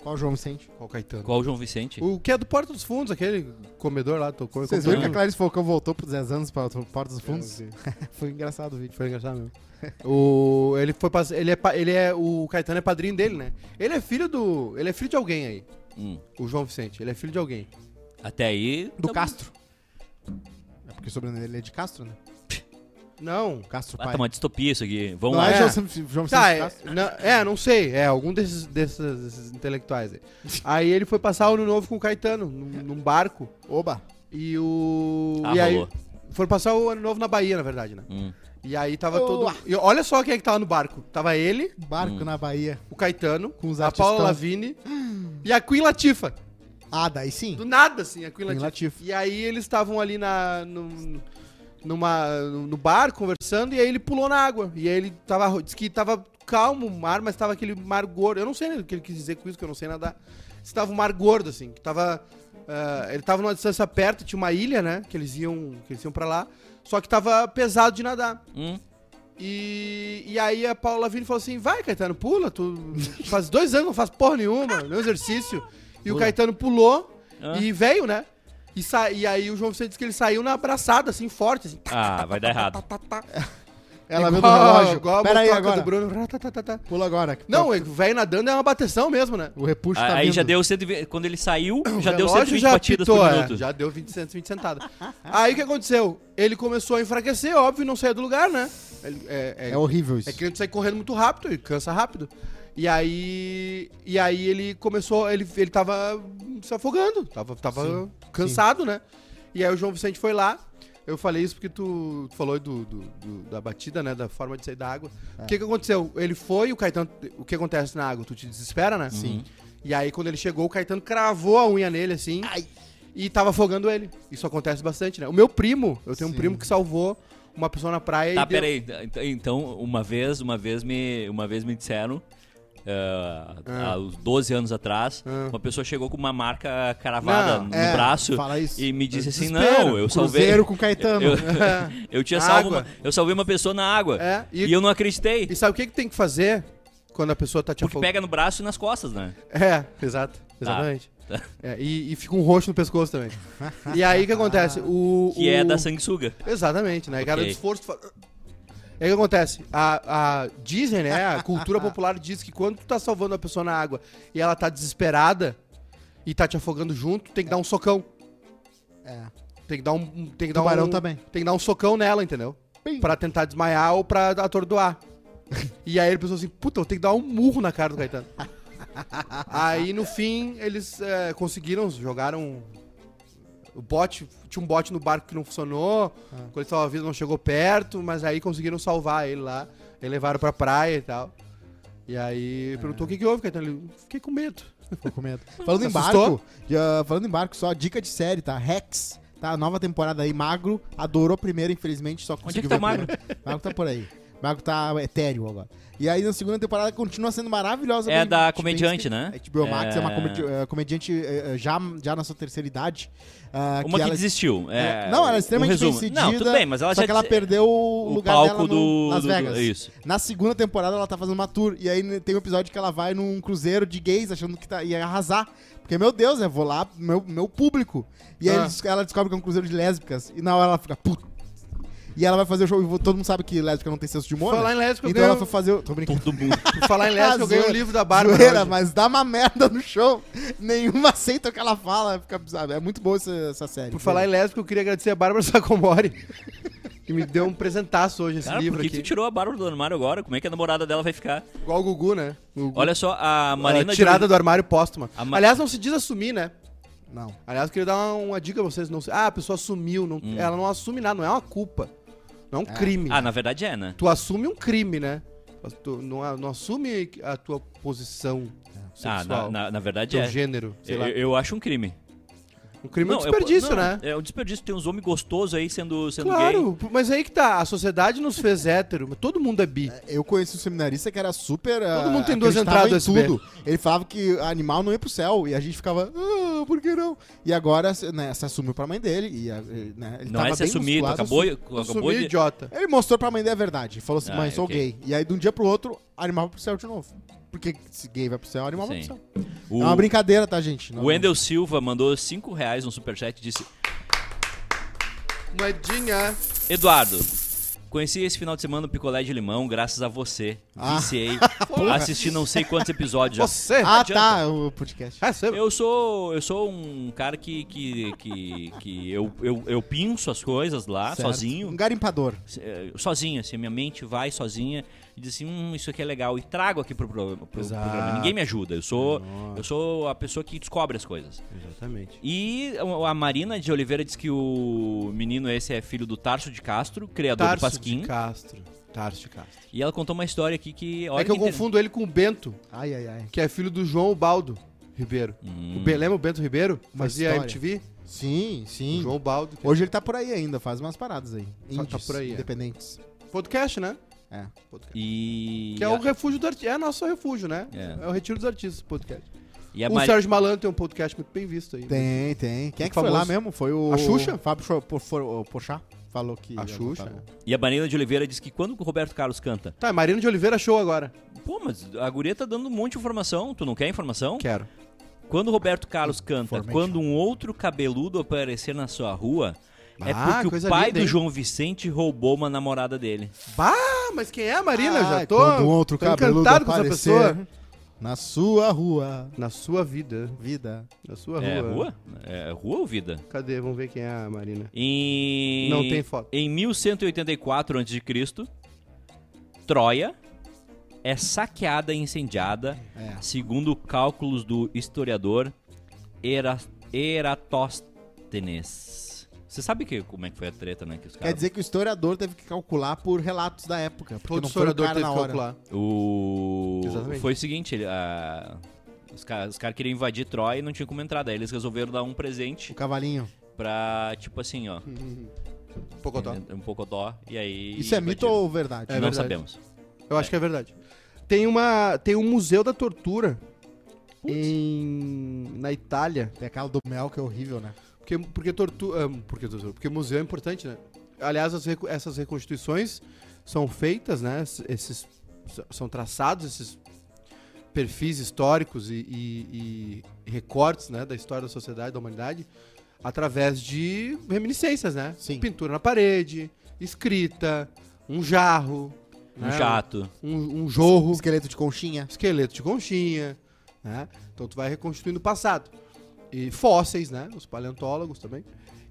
Speaker 2: Qual João Vicente?
Speaker 4: Qual Caetano?
Speaker 1: Qual o João Vicente?
Speaker 4: O que é do Porta dos Fundos, aquele comedor lá, tocou e
Speaker 2: Vocês
Speaker 4: comprou.
Speaker 2: viram que a Clarice Falcão voltou por 10 anos para Porta dos Fundos?
Speaker 4: Eu vi.
Speaker 2: Foi engraçado o vídeo.
Speaker 4: Foi engraçado mesmo. o, ele foi pas- ele é, pa- ele é o Caetano é padrinho dele, né? Ele é filho do, ele é filho de alguém aí.
Speaker 1: Hum.
Speaker 4: O João Vicente, ele é filho de alguém.
Speaker 1: Até aí.
Speaker 2: Do
Speaker 1: tamo-
Speaker 2: Castro. É porque Porque o sobrenome dele é de Castro, né?
Speaker 4: Não.
Speaker 2: Castro
Speaker 1: Ah,
Speaker 2: Pai.
Speaker 1: tá uma distopia isso aqui. Vamos
Speaker 2: Não
Speaker 1: um lá.
Speaker 2: é
Speaker 4: é.
Speaker 2: João Sem- João
Speaker 4: Tá,
Speaker 2: Sem-
Speaker 4: é,
Speaker 2: Castro?
Speaker 4: não, é, não sei. É, algum desses, desses, desses intelectuais aí. Aí ele foi passar o ano novo com o Caetano, num, num barco.
Speaker 2: Oba.
Speaker 4: E o.
Speaker 1: Ah,
Speaker 4: e aí.
Speaker 1: rolou.
Speaker 4: Foram passar o ano novo na Bahia, na verdade, né?
Speaker 1: Hum.
Speaker 4: E aí tava
Speaker 2: Boa.
Speaker 4: todo. E olha só quem é que tava no barco. Tava ele,
Speaker 2: Barco
Speaker 1: Hum.
Speaker 2: na Bahia.
Speaker 4: o Caetano,
Speaker 2: Com os
Speaker 4: a
Speaker 2: artistão.
Speaker 4: Paula Lavigne e a Queen Latifa.
Speaker 2: Ah, daí sim.
Speaker 4: Do nada, assim, a Queen
Speaker 2: Queen
Speaker 4: Latifah.
Speaker 2: Latifah.
Speaker 4: E aí eles estavam ali na, no, numa, no bar conversando e aí ele pulou na água. E aí ele tava, disse que tava calmo o mar, mas tava aquele mar gordo. Eu não sei o que ele quis dizer com isso, que eu não sei nadar. Disse que tava um mar gordo, assim, que tava... ah, ele tava numa distância perto, tinha uma ilha, né? Que eles iam, que eles iam pra lá. Só que tava pesado de nadar.
Speaker 1: Hum.
Speaker 4: E, e aí a Paula Vini falou assim: vai, Caetano, pula, tu faz dois anos que não faz porra nenhuma, nenhum exercício. E o Caetano pulou
Speaker 1: Ah.
Speaker 4: e veio, né? E, sa- e aí o João Vicente disse que ele saiu na abraçada, assim, forte, assim.
Speaker 1: Ah, vai dar errado.
Speaker 2: Ela viu
Speaker 4: É Igual-
Speaker 2: do relógio.
Speaker 4: Igual a
Speaker 2: Pera aí
Speaker 4: motoca
Speaker 2: agora.
Speaker 4: do Bruno. tá, ratatatata.
Speaker 2: Pula agora.
Speaker 4: Não, o velho nadando é uma bateção mesmo, né?
Speaker 2: O repuxo tá
Speaker 1: Aí
Speaker 2: vindo.
Speaker 1: já deu 120. Quando ele saiu, já
Speaker 4: O
Speaker 1: deu
Speaker 4: relógio
Speaker 1: 120
Speaker 4: já
Speaker 1: batidas
Speaker 4: apitou,
Speaker 1: por
Speaker 4: é,
Speaker 1: minuto.
Speaker 4: já deu 20, 120 sentadas. aí o que aconteceu? Ele começou a enfraquecer, óbvio, não saiu do lugar, né? Ele- é- é-
Speaker 2: É horrível isso.
Speaker 4: É que ele sai correndo muito rápido e cansa rápido. E aí. E aí ele começou. Ele, ele tava se afogando. Tava, tava cansado, né? E aí o João Vicente foi lá. Eu falei isso porque tu, tu falou do, do- do- da batida, né? Da forma de sair da água.
Speaker 1: É.
Speaker 4: O que que aconteceu? Ele foi, o Caetano. O que acontece na água? Tu te desespera, né? Sim. E aí quando ele chegou, o Caetano cravou a unha nele, assim. E tava afogando ele. Isso acontece bastante, né? O meu primo, eu tenho um primo que salvou uma pessoa na praia
Speaker 1: Tá,
Speaker 4: e. deu-
Speaker 1: peraí. Ent- Então, uma vez, uma vez me, uma vez me disseram, ah, há uns 12 anos atrás, uma pessoa chegou com uma marca caravada
Speaker 4: Não,
Speaker 1: no
Speaker 2: Ah. é,
Speaker 1: braço
Speaker 2: fala isso.
Speaker 1: um e me disse assim,
Speaker 4: Desespero.
Speaker 1: não, eu salvei...
Speaker 2: Cruzeiro com Caetano.
Speaker 1: Eu, eu tinha
Speaker 4: Na
Speaker 1: salvo
Speaker 4: água.
Speaker 1: uma, eu salvei uma pessoa na água.
Speaker 4: É,
Speaker 1: e,
Speaker 4: e-
Speaker 1: eu não acreditei.
Speaker 4: E sabe o que, que tem que fazer quando a pessoa tá te
Speaker 1: Porque
Speaker 4: afogando?
Speaker 1: pega no braço e nas costas, né?
Speaker 4: É, exato. Exatamente.
Speaker 1: Ah, tá.
Speaker 4: É, e, e fica um roxo no pescoço também. e aí o que acontece? O,
Speaker 1: Que
Speaker 4: o-
Speaker 1: é da sanguessuga.
Speaker 4: Exatamente, né? Cara, o
Speaker 1: Ok.
Speaker 4: esforço. tu fala- E aí o que acontece? A, a- dizem, né? A cultura popular diz que quando tu tá salvando a pessoa na água e ela tá desesperada e tá te afogando junto, tem que dar um socão.
Speaker 2: É.
Speaker 4: Tem que dar um. Tem que dar
Speaker 2: Tubarão
Speaker 4: um,
Speaker 2: também.
Speaker 4: tem que dar um socão nela, entendeu?
Speaker 2: Pim.
Speaker 4: Pra tentar desmaiar ou pra atordoar. e aí ele pensou assim, puta, eu tenho que dar um murro na cara do Caetano. aí no fim eles é, conseguiram, jogaram o bote, tinha um bote no barco que não funcionou, quando ele tava vindo não chegou perto, mas aí conseguiram salvar ele lá, e levaram pra praia e tal. E aí perguntou o que que houve, Caetano, ele, fiquei com medo.
Speaker 2: Ficou com medo. Falando em
Speaker 4: Assustou?
Speaker 2: barco, já- falando em barco, só dica de série, tá? Rex, tá? Nova temporada aí, Magro, adorou a primeira, infelizmente, só conseguiu
Speaker 1: que tá
Speaker 2: ver a primeira. Magro tá por aí. Magro tá etéreo agora. E aí na segunda temporada continua sendo maravilhosa.
Speaker 1: É
Speaker 2: bem-
Speaker 1: da
Speaker 2: bem-
Speaker 1: comediante, né?
Speaker 2: É HBO Max, é, uma
Speaker 1: É.
Speaker 2: comedi- é, comediante é, é, já, já na sua terceira idade. ah,
Speaker 1: Uma que,
Speaker 2: ela-
Speaker 1: desistiu. É,
Speaker 2: é, não, ela
Speaker 1: o
Speaker 2: é extremamente
Speaker 1: resumo.
Speaker 2: bem
Speaker 1: Não, tudo bem, mas ela
Speaker 2: só
Speaker 1: já
Speaker 2: que ela
Speaker 1: des-
Speaker 2: perdeu o,
Speaker 1: o
Speaker 2: lugar
Speaker 1: palco
Speaker 2: dela no-
Speaker 1: do,
Speaker 2: Las
Speaker 1: do-
Speaker 2: Vegas.
Speaker 1: do- Isso.
Speaker 2: Na segunda temporada ela tá fazendo uma tour. E aí né, tem um episódio que ela vai num cruzeiro de gays achando que tá, ia arrasar. Porque, meu Deus, né? Vou lá, meu, meu público. E aí
Speaker 4: Ah.
Speaker 2: eles- ela descobre que é um cruzeiro de lésbicas. E na hora ela fica puta. E ela vai fazer o show. E todo mundo sabe que lésbica não tem senso de humor.
Speaker 4: Falar
Speaker 2: né?
Speaker 4: em lésbica, eu
Speaker 2: Então
Speaker 4: ganhei
Speaker 2: ela
Speaker 4: um-
Speaker 2: foi fazer. o- Tô brincando.
Speaker 1: Todo mundo.
Speaker 4: Por falar em lésbica, eu ganhei o
Speaker 2: Zoeira,
Speaker 4: livro da Bárbara
Speaker 2: zoeira,
Speaker 4: hoje.
Speaker 2: mas dá uma merda no show. Nenhuma aceita o que ela fala. Fica bizarro. É muito boa essa, essa série.
Speaker 4: Por falar em lésbica, eu queria agradecer a Bárbara Sacomori, que me deu um presentaço hoje esse
Speaker 1: Cara, por
Speaker 4: livro
Speaker 1: que
Speaker 4: aqui.
Speaker 1: tu tirou a Bárbara do armário agora? Como é que a namorada dela vai ficar?
Speaker 4: Igual o Gugu, né? O Gugu.
Speaker 1: Olha só, a
Speaker 4: Ah,
Speaker 1: Marina... de-
Speaker 4: tirada do armário póstuma.
Speaker 1: A Ma-
Speaker 4: Aliás, não se diz assumir, né?
Speaker 2: Não.
Speaker 4: Aliás, eu queria dar uma, uma dica pra vocês. Não... se- Ah, a pessoa assumiu. não- Ela não assume nada, não é uma culpa. Não é um crime.
Speaker 1: Hum. Ah, na verdade é, né?
Speaker 4: Tu assume um crime, né? Mas Tu não, não assume a tua posição
Speaker 1: Ah,
Speaker 4: sexual.
Speaker 1: na, na, na verdade
Speaker 4: teu
Speaker 1: é.
Speaker 4: gênero, sei
Speaker 1: Eu,
Speaker 4: lá.
Speaker 1: eu acho um crime.
Speaker 4: Um crime é um
Speaker 1: eu-
Speaker 4: desperdício,
Speaker 1: não,
Speaker 4: né?
Speaker 1: É um desperdício. Tem uns homens gostosos aí sendo, sendo gay.
Speaker 4: Claro, mas aí que tá. A sociedade nos fez hétero, mas todo mundo é bi.
Speaker 2: Eu conheci um seminarista que era super.
Speaker 4: Todo
Speaker 2: ah,
Speaker 4: mundo tem duas
Speaker 2: acreditava
Speaker 4: entradas
Speaker 2: em
Speaker 4: USB.
Speaker 2: tudo. Ele falava que animal não ia pro céu. E a gente ficava, ah, por que não? E agora né, se assumiu pra mãe dele. E, ah, né, ele
Speaker 1: Não
Speaker 2: tava
Speaker 1: é se assumir,
Speaker 2: bem
Speaker 1: tu
Speaker 2: musculado,
Speaker 1: acabou,
Speaker 2: assumiu.
Speaker 1: acabou
Speaker 4: assim. Assumir,
Speaker 1: de...
Speaker 4: idiota.
Speaker 2: Ele mostrou pra mãe dele a verdade. Falou assim,
Speaker 1: Ah,
Speaker 2: mãe, sou
Speaker 1: ok.
Speaker 2: gay. E aí de um dia pro outro, animal vai pro céu de novo. Porque se gay vai pro céu, animal vai
Speaker 1: Sim.
Speaker 2: pro céu.
Speaker 1: O,
Speaker 2: É uma brincadeira, tá, gente?
Speaker 1: o Wendel Silva mandou 5 reais no superchat e disse...
Speaker 4: Moedinha.
Speaker 1: Eduardo, Conheci esse final de semana o picolé de limão, graças a você. Viciei. assisti não sei quantos episódios já.
Speaker 4: Ah. Você!
Speaker 2: Ah,
Speaker 1: adianta.
Speaker 2: tá, o podcast.
Speaker 4: Ah, você-
Speaker 1: Eu sou, eu sou um cara que, que, que, que eu, eu, eu pinço as coisas lá,
Speaker 2: Certo. Um
Speaker 1: Ah, sozinho.
Speaker 2: garimpador.
Speaker 1: eh, Sozinho, assim, minha mente vai sozinha e diz assim, hum, isso aqui é legal. E trago aqui pro, pro, pro
Speaker 4: Exato.
Speaker 1: programa. Ninguém me ajuda. Eu sou, eu sou a pessoa que descobre as coisas.
Speaker 4: Exatamente.
Speaker 1: E a Marina de Oliveira diz que o menino esse é filho do Tarso de Castro, criador do
Speaker 4: Tarso
Speaker 1: Pasquim.
Speaker 4: de Castro. Tarso de Castro.
Speaker 1: E ela contou uma história aqui que. Olha
Speaker 4: é que eu
Speaker 1: inter-
Speaker 4: confundo ele com o Bento,
Speaker 2: Ai, ai, ai.
Speaker 4: que é filho do João Baldo Ribeiro.
Speaker 1: Hum.
Speaker 4: O Be- lembra o Bento Ribeiro?
Speaker 2: Uma
Speaker 4: Fazia
Speaker 2: história.
Speaker 4: MTV?
Speaker 2: Sim, sim.
Speaker 4: O João Baldo. é
Speaker 2: Hoje ele tá por aí ainda, faz umas paradas aí.
Speaker 4: tá
Speaker 2: Indies,
Speaker 4: por aí, é.
Speaker 2: independentes.
Speaker 4: Podcast, né?
Speaker 2: É.
Speaker 4: Podcast.
Speaker 1: E.
Speaker 4: Que é o refúgio do artista. É nosso refúgio, né?
Speaker 1: É.
Speaker 4: É, o retiro dos artistas, podcast.
Speaker 1: e a
Speaker 4: o
Speaker 1: Mari-
Speaker 4: Sérgio Malandro tem um podcast muito bem visto aí.
Speaker 2: Tem, tem. Quem é
Speaker 4: O
Speaker 2: que foi lá
Speaker 4: famoso-
Speaker 2: mesmo? Foi o...
Speaker 4: A Xuxa?
Speaker 2: Fábio Cho- Po- For- o Pochá falou que...
Speaker 4: A Xuxa.
Speaker 1: E a Marina de Oliveira diz que quando o Roberto Carlos canta,
Speaker 4: Tá, Marina de Oliveira show agora.
Speaker 1: pô, mas a guria tá dando um monte de informação, tu não quer informação?
Speaker 4: Quero.
Speaker 1: Quando o Roberto Carlos canta,
Speaker 2: Information.
Speaker 1: quando um outro cabeludo aparecer na sua rua, é
Speaker 4: Ah,
Speaker 1: porque
Speaker 4: coisa
Speaker 1: o pai
Speaker 4: linda,
Speaker 1: do
Speaker 4: hein?
Speaker 1: João Vicente roubou uma namorada dele.
Speaker 4: Bah, mas quem é a Marina?
Speaker 2: Ah,
Speaker 4: Já tô,
Speaker 2: Quando um outro
Speaker 4: tô
Speaker 2: cabeludo
Speaker 4: encantado com essa
Speaker 2: aparecer
Speaker 4: pessoa.
Speaker 2: na sua rua,
Speaker 4: Na sua vida.
Speaker 2: vida.
Speaker 4: Na sua
Speaker 1: é
Speaker 4: rua.
Speaker 1: rua? É rua ou vida?
Speaker 4: Cadê? Vamos ver quem é a Marina.
Speaker 1: Em...
Speaker 4: Não tem foto.
Speaker 1: Em 1184 a.C., Troia é saqueada e incendiada,
Speaker 2: É.
Speaker 1: segundo cálculos do historiador Era- Eratóstenes. Você sabe que, como é que foi a treta, né? Que os
Speaker 2: Quer
Speaker 1: caras...
Speaker 2: dizer que o historiador teve que calcular por relatos da época. Porque
Speaker 4: Todo
Speaker 2: não foi o
Speaker 4: historiador
Speaker 2: cara
Speaker 4: teve que
Speaker 2: na hora.
Speaker 4: calcular.
Speaker 1: O...
Speaker 4: Exatamente.
Speaker 1: Foi o seguinte, ele- a- os caras os caras queriam invadir Troia e não tinham como entrar. Daí eles resolveram dar um
Speaker 2: O
Speaker 1: presente
Speaker 2: cavalinho.
Speaker 1: pra, tipo assim, ó,
Speaker 4: Pocotó.
Speaker 1: um pocotó, e aí...
Speaker 2: Hum. Isso é mito
Speaker 1: invadiram.
Speaker 2: ou verdade?
Speaker 4: É
Speaker 1: Não
Speaker 4: verdade.
Speaker 1: sabemos.
Speaker 4: Eu acho que é verdade. Tem uma, tem um museu da tortura em na Itália,
Speaker 2: Tem aquela do mel que é horrível, né?
Speaker 4: porque porque tortura, porque tortura, porque museu é importante, né? Aliás, as reco- essas reconstituições são feitas, né? S- Esses s- são traçados esses perfis históricos e, e- e recortes, né, da história da sociedade, da humanidade, através de reminiscências, né?
Speaker 2: Sim.
Speaker 4: Pintura na parede, escrita, um jarro,
Speaker 1: Um
Speaker 2: É.
Speaker 4: né?
Speaker 1: jato.
Speaker 4: um, um jorro,
Speaker 2: Esqueleto de conchinha.
Speaker 4: esqueleto de conchinha, né? Então tu vai reconstituindo o passado. E fósseis, né? Os paleontólogos também.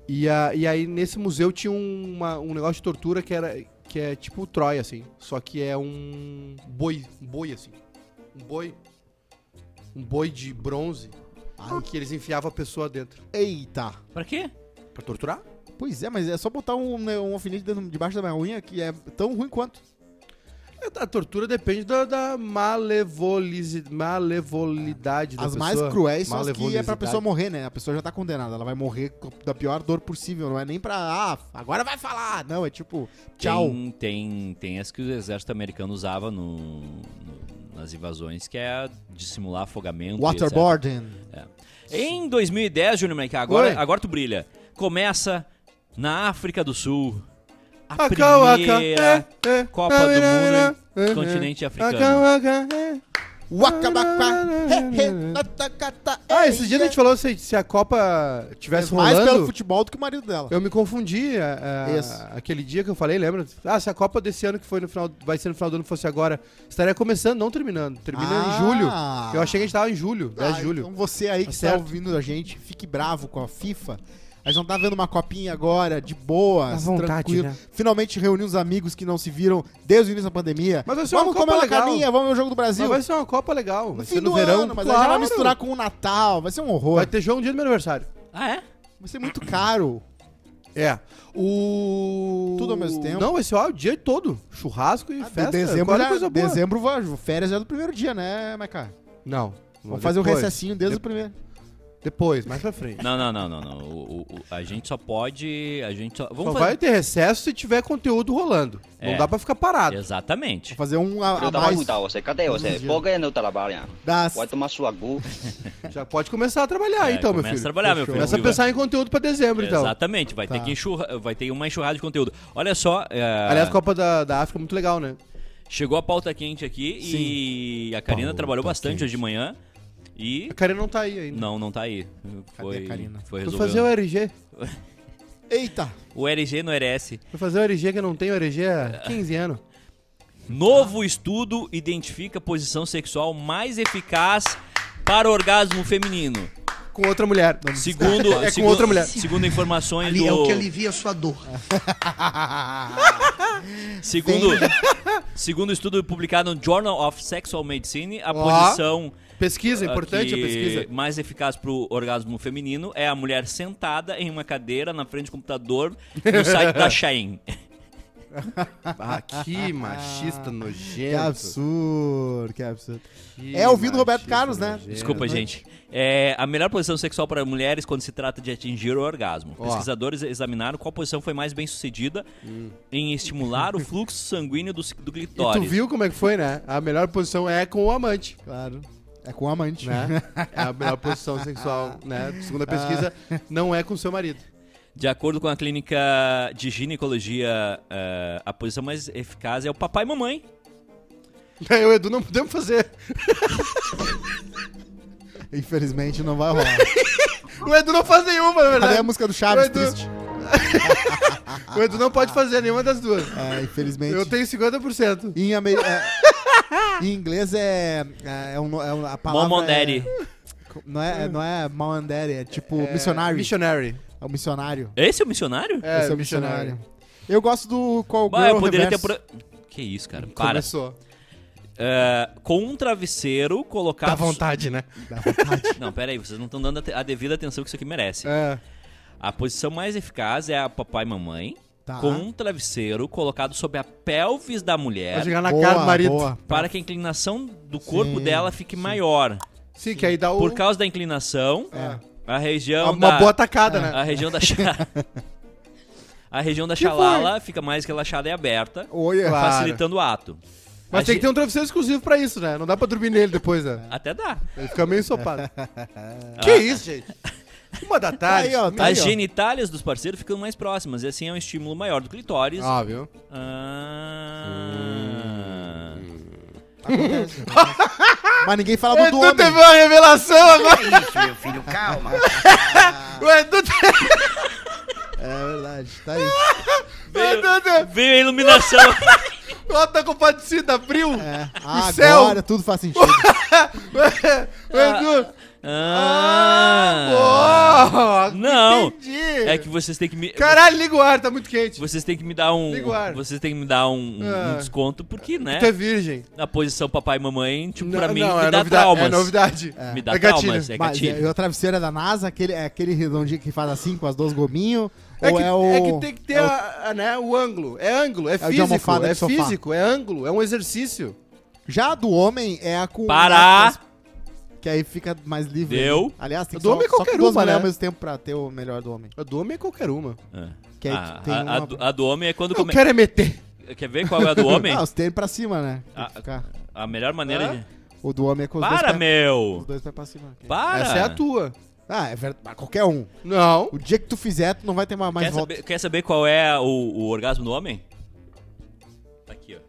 Speaker 4: E, a, e aí nesse museu tinha uma- um negócio de tortura que era que é tipo Troia, assim. Só que é um boi, um boi, assim. Um boi. Um boi de bronze. Em que eles enfiavam a pessoa dentro.
Speaker 2: Eita!
Speaker 1: Pra quê?
Speaker 4: Pra torturar?
Speaker 2: Pois é, mas é só botar um, né, um alfinete dentro- debaixo da minha unha que é tão ruim quanto.
Speaker 4: É, A tortura depende da, da malevolizi- malevolidade da
Speaker 2: As
Speaker 4: pessoa.
Speaker 2: mais cruéis são as que é pra
Speaker 4: Malevolisidade.
Speaker 2: pessoa morrer, né? A pessoa já tá condenada, ela vai morrer co- da pior dor possível. Não é nem pra, ah, agora vai falar. Não, é tipo, tchau.
Speaker 4: um
Speaker 1: Tem, tem, tem as que o exército americano usava no, no- nas invasões, que é dissimular afogamento. e
Speaker 2: Waterboarding.
Speaker 1: etc. Em 2010, Júnior Maiká, agora,
Speaker 4: Oi.
Speaker 1: agora tu brilha. Começa na África do Sul. A
Speaker 4: Aca,
Speaker 1: primeira
Speaker 4: aca, é, é,
Speaker 1: Copa do
Speaker 4: é, é,
Speaker 1: Mundo
Speaker 4: é, é,
Speaker 1: em continente africano.
Speaker 4: aca, aca, é.
Speaker 2: Wakabaka.
Speaker 4: Ah, esses dias a gente falou se, se a Copa tivesse
Speaker 2: é. mais pelo
Speaker 4: rolando.
Speaker 2: futebol do que o marido dela.
Speaker 4: Eu me confundi a- a-
Speaker 2: Isso.
Speaker 4: aquele dia que eu falei, lembra? Ah, se a Copa desse ano que foi no final, vai ser no final do ano fosse agora, estaria começando, não terminando. Termina
Speaker 2: Ah.
Speaker 4: em julho. Eu achei que a gente tava em julho, 10 de
Speaker 2: Ah,
Speaker 4: julho.
Speaker 2: Então você aí
Speaker 4: Tá
Speaker 2: que
Speaker 4: certo.
Speaker 2: está ouvindo a gente, fique bravo com a FIFA. A gente não tá vendo uma copinha agora, de boa,
Speaker 4: À vontade,
Speaker 2: tranquilo.
Speaker 4: né?
Speaker 2: Finalmente reunir uns amigos que não se viram desde o início da pandemia.
Speaker 4: Mas vai ser uma
Speaker 2: vamos
Speaker 4: Copa
Speaker 2: comer uma
Speaker 4: legal.
Speaker 2: caminha, vamos ver o jogo do Brasil.
Speaker 4: Mas vai ser uma Copa legal, vai
Speaker 2: no
Speaker 4: ser
Speaker 2: fim
Speaker 4: no
Speaker 2: do
Speaker 4: verão,
Speaker 2: ano, mas aí já vai
Speaker 4: claro.
Speaker 2: misturar com o Natal, vai ser um horror. Vai,
Speaker 4: Vai ter jogo no dia do meu aniversário.
Speaker 1: Ah, é?
Speaker 2: ser muito caro.
Speaker 4: É. O.
Speaker 2: Tudo ao mesmo tempo?
Speaker 4: Não, esse é o dia todo. Churrasco e
Speaker 2: Ah, de-
Speaker 4: festa.
Speaker 2: dezembro,
Speaker 4: qual é
Speaker 2: já,
Speaker 4: a coisa boa?
Speaker 2: dezembro vai, férias já é do primeiro dia, né, Maiká?
Speaker 4: Não.
Speaker 2: Vamos fazer o
Speaker 4: depois.
Speaker 2: recessinho desde o primeiro.
Speaker 4: um Depois, mais pra frente.
Speaker 1: Não, não, não, não, não. O- o- o- a gente só pode. A gente só. Vamos
Speaker 4: Só
Speaker 1: fazer-
Speaker 4: vai ter recesso se tiver conteúdo rolando.
Speaker 1: É.
Speaker 4: Não dá pra ficar parado.
Speaker 1: Exatamente.
Speaker 2: Vou fazer um a,
Speaker 7: Filho
Speaker 2: a
Speaker 7: da
Speaker 2: mais
Speaker 7: puta, você, cadê você?
Speaker 2: dia.
Speaker 7: Folga aí no trabalho, né?
Speaker 2: das...
Speaker 7: Vai tomar sua gu.
Speaker 4: Já pode começar a trabalhar,
Speaker 1: É,
Speaker 4: então, meu
Speaker 1: começa
Speaker 4: filho.
Speaker 1: a trabalhar, meu filho.
Speaker 4: Começa a
Speaker 1: Vai-
Speaker 4: pensar em conteúdo pra dezembro, então.
Speaker 1: Exatamente, vai ter que enxurra, vai ter uma enxurrada de conteúdo. Olha só, é,
Speaker 4: Aliás, Copa da, da África é muito legal, né?
Speaker 1: chegou a pauta quente aqui e a Karina
Speaker 4: Pauta
Speaker 1: trabalhou bastante
Speaker 4: quente.
Speaker 1: hoje de manhã e
Speaker 4: A Karina não tá aí ainda.
Speaker 1: não, não tá aí. Foi,
Speaker 2: Karina?
Speaker 1: foi
Speaker 4: Vou fazer
Speaker 1: resolvido.
Speaker 4: o RG.
Speaker 2: Eita!
Speaker 1: O RG no RS.
Speaker 4: Vou fazer o RG que eu não tenho RG há 15 anos.
Speaker 1: Novo
Speaker 4: Ah.
Speaker 1: estudo identifica posição sexual mais eficaz para orgasmo feminino.
Speaker 4: Com outra mulher.
Speaker 1: Segundo,
Speaker 4: É com
Speaker 1: segundo-
Speaker 4: outra mulher.
Speaker 1: Segundo informações
Speaker 5: Ali
Speaker 1: do.
Speaker 5: é o que alivia a sua dor.
Speaker 1: Segundo, segundo estudo publicado no Journal of Sexual Medicine, a
Speaker 4: Ó.
Speaker 1: posição
Speaker 4: Pesquisa, É importante
Speaker 1: Ah, que
Speaker 4: a pesquisa.
Speaker 1: mais eficaz para o orgasmo feminino é a mulher sentada em uma cadeira na frente do computador no site da Shein.
Speaker 4: Ah, que machista
Speaker 2: Que
Speaker 4: nojento.
Speaker 2: absurdo, que absurdo.
Speaker 4: Que
Speaker 2: É ouvindo Roberto
Speaker 4: machista
Speaker 2: Carlos, né?
Speaker 4: nojento.
Speaker 1: Desculpa, gente. É a melhor posição sexual para mulheres quando se trata de atingir o orgasmo.
Speaker 4: Ó.
Speaker 1: Pesquisadores examinaram qual posição foi mais bem sucedida em estimular o fluxo sanguíneo do, do
Speaker 4: Hum. E tu
Speaker 1: clitóris.
Speaker 4: viu como é que foi, né? A melhor posição é com o amante,
Speaker 2: Claro. É com o amante.
Speaker 4: né? É a melhor posição sexual, né? Segundo a pesquisa, não é com seu marido.
Speaker 1: De acordo com a clínica de ginecologia, eh, a posição mais eficaz é o papai e mamãe.
Speaker 4: Eu e É, o Edu não podemos fazer.
Speaker 2: Infelizmente não vai rolar.
Speaker 4: O Edu não faz nenhuma, na
Speaker 2: Cadê
Speaker 4: verdade.
Speaker 2: a música do Chaves,
Speaker 4: Eu tô-
Speaker 2: triste?
Speaker 4: O Edu não pode fazer nenhuma das duas.
Speaker 2: É, infelizmente.
Speaker 4: Eu tenho 50%.
Speaker 2: Em, ame- é- em inglês é. É, um, é um- a palavra.
Speaker 1: Momondere.
Speaker 2: é- não, é, não é Mamandere, é tipo missionário.
Speaker 4: Missionary.
Speaker 2: É o missionário.
Speaker 1: Esse é o missionário?
Speaker 4: É,
Speaker 2: Esse é o missionário. Eu gosto do Call
Speaker 1: Bah,
Speaker 2: Girl
Speaker 1: eu poderia ter.
Speaker 2: Reverso.
Speaker 1: pro- Que isso, cara? Para.
Speaker 4: Começou.
Speaker 1: Eh, com um travesseiro colocado.
Speaker 4: Dá vontade, né?
Speaker 1: Não, pera aí, vocês não estão dando a te- a devida atenção que isso aqui merece.
Speaker 4: É.
Speaker 1: A posição mais eficaz é a papai e mamãe.
Speaker 2: Tá.
Speaker 1: Com um travesseiro colocado sobre a pelvis da
Speaker 4: Vai
Speaker 1: mulher.
Speaker 4: jogar na
Speaker 2: Boa,
Speaker 4: cara do marido.
Speaker 2: boa.
Speaker 1: Para que a inclinação do corpo dela fique maior.
Speaker 4: Sim, que aí dá o...
Speaker 1: Por causa da inclinação, a região
Speaker 4: É. uma
Speaker 1: da... É.
Speaker 4: boa atacada, né?
Speaker 1: A região da xa- A região da xalala fica mais relaxada e aberta,
Speaker 2: Olha,
Speaker 4: Claro.
Speaker 1: facilitando o ato. A
Speaker 4: Mas tem
Speaker 1: ge-
Speaker 4: que ter um travesseiro exclusivo pra isso, né? Não dá pra dormir nele depois, né?
Speaker 1: Até dá.
Speaker 4: Ele fica meio ensopado. que
Speaker 2: Ah.
Speaker 4: isso, gente? Uma da tarde.
Speaker 2: Aí, ó, tá
Speaker 1: As
Speaker 2: ó.
Speaker 1: genitálias dos parceiros ficam mais próximas e assim é um estímulo maior do clitóris.
Speaker 4: Ó, viu?
Speaker 2: Tá
Speaker 1: Ah.
Speaker 2: mas ninguém fala do, do
Speaker 4: Edu
Speaker 2: homem.
Speaker 4: teve uma revelação agora.
Speaker 5: Isso, meu filho, calma.
Speaker 4: O Edu teve...
Speaker 2: É verdade, tá aí.
Speaker 1: Veio-
Speaker 4: Edu teve...
Speaker 1: Veio a iluminação.
Speaker 4: Ó, tá com paticida, abriu.
Speaker 2: É,
Speaker 4: céu.
Speaker 2: agora tudo faz sentido.
Speaker 4: O Edu...
Speaker 1: Ah.
Speaker 4: Ó,
Speaker 1: Não.
Speaker 4: Entendi.
Speaker 1: É que vocês têm que me
Speaker 4: Caralho, liga o ar, tá muito quente.
Speaker 1: vocês têm que me dar um
Speaker 4: Liga o ar.
Speaker 1: vocês têm que me dar um, um
Speaker 4: Ah.
Speaker 1: desconto porque, né?
Speaker 4: Tu é virgem.
Speaker 1: Na posição papai e mamãe, tipo, pra mim
Speaker 4: é
Speaker 1: me dá
Speaker 4: novidade,
Speaker 1: traumas. Ah,
Speaker 4: É novidade.
Speaker 1: Me dá
Speaker 4: É gatilho.
Speaker 1: traumas, é
Speaker 2: Mas
Speaker 1: gatilho.
Speaker 2: é, a travesseira da NASA, aquele, é aquele redondinho que faz assim com as duas gominhos?
Speaker 4: É
Speaker 2: ou
Speaker 4: que,
Speaker 2: é o.
Speaker 4: é que tem que ter
Speaker 2: é o-
Speaker 4: a- a, né, o ângulo. É ângulo, é
Speaker 2: de
Speaker 4: físico.
Speaker 2: almofada
Speaker 4: É
Speaker 2: de sofá.
Speaker 4: físico, é ângulo, é um exercício.
Speaker 2: Já a do homem é a com.
Speaker 1: Para!
Speaker 2: as- Que aí fica mais livre.
Speaker 1: Deu.
Speaker 2: né? Aliás, tem
Speaker 4: Do
Speaker 2: que só,
Speaker 4: homem é
Speaker 2: só
Speaker 4: qualquer
Speaker 2: com duas
Speaker 4: uma,
Speaker 2: mulheres
Speaker 4: né?
Speaker 2: ao mesmo tempo pra ter o melhor do homem.
Speaker 4: A do homem é qualquer uma.
Speaker 2: Que aí
Speaker 1: Ah,
Speaker 2: tem
Speaker 1: a,
Speaker 2: uma...
Speaker 1: a do, a do homem é quando
Speaker 4: Eu
Speaker 1: come...
Speaker 4: quero é meter.
Speaker 1: Quer ver qual é a do homem?
Speaker 2: Ah, os tênis pra cima, né? Tem
Speaker 1: Ah,
Speaker 2: que ficar.
Speaker 1: A melhor maneira
Speaker 4: Ah?
Speaker 1: de.
Speaker 2: O do homem é com os dois
Speaker 1: Para,
Speaker 2: pés- Os
Speaker 1: meu!
Speaker 2: dois pés pra cima. aqui.
Speaker 1: Para!
Speaker 4: Essa é a tua.
Speaker 2: Ah, é verdade. mas Qualquer um.
Speaker 4: Não.
Speaker 2: O dia que tu fizer, tu não vai ter ma- mais
Speaker 1: Quer
Speaker 2: volta.
Speaker 1: saber, quer saber qual é o, o orgasmo do homem? Tá aqui, ó.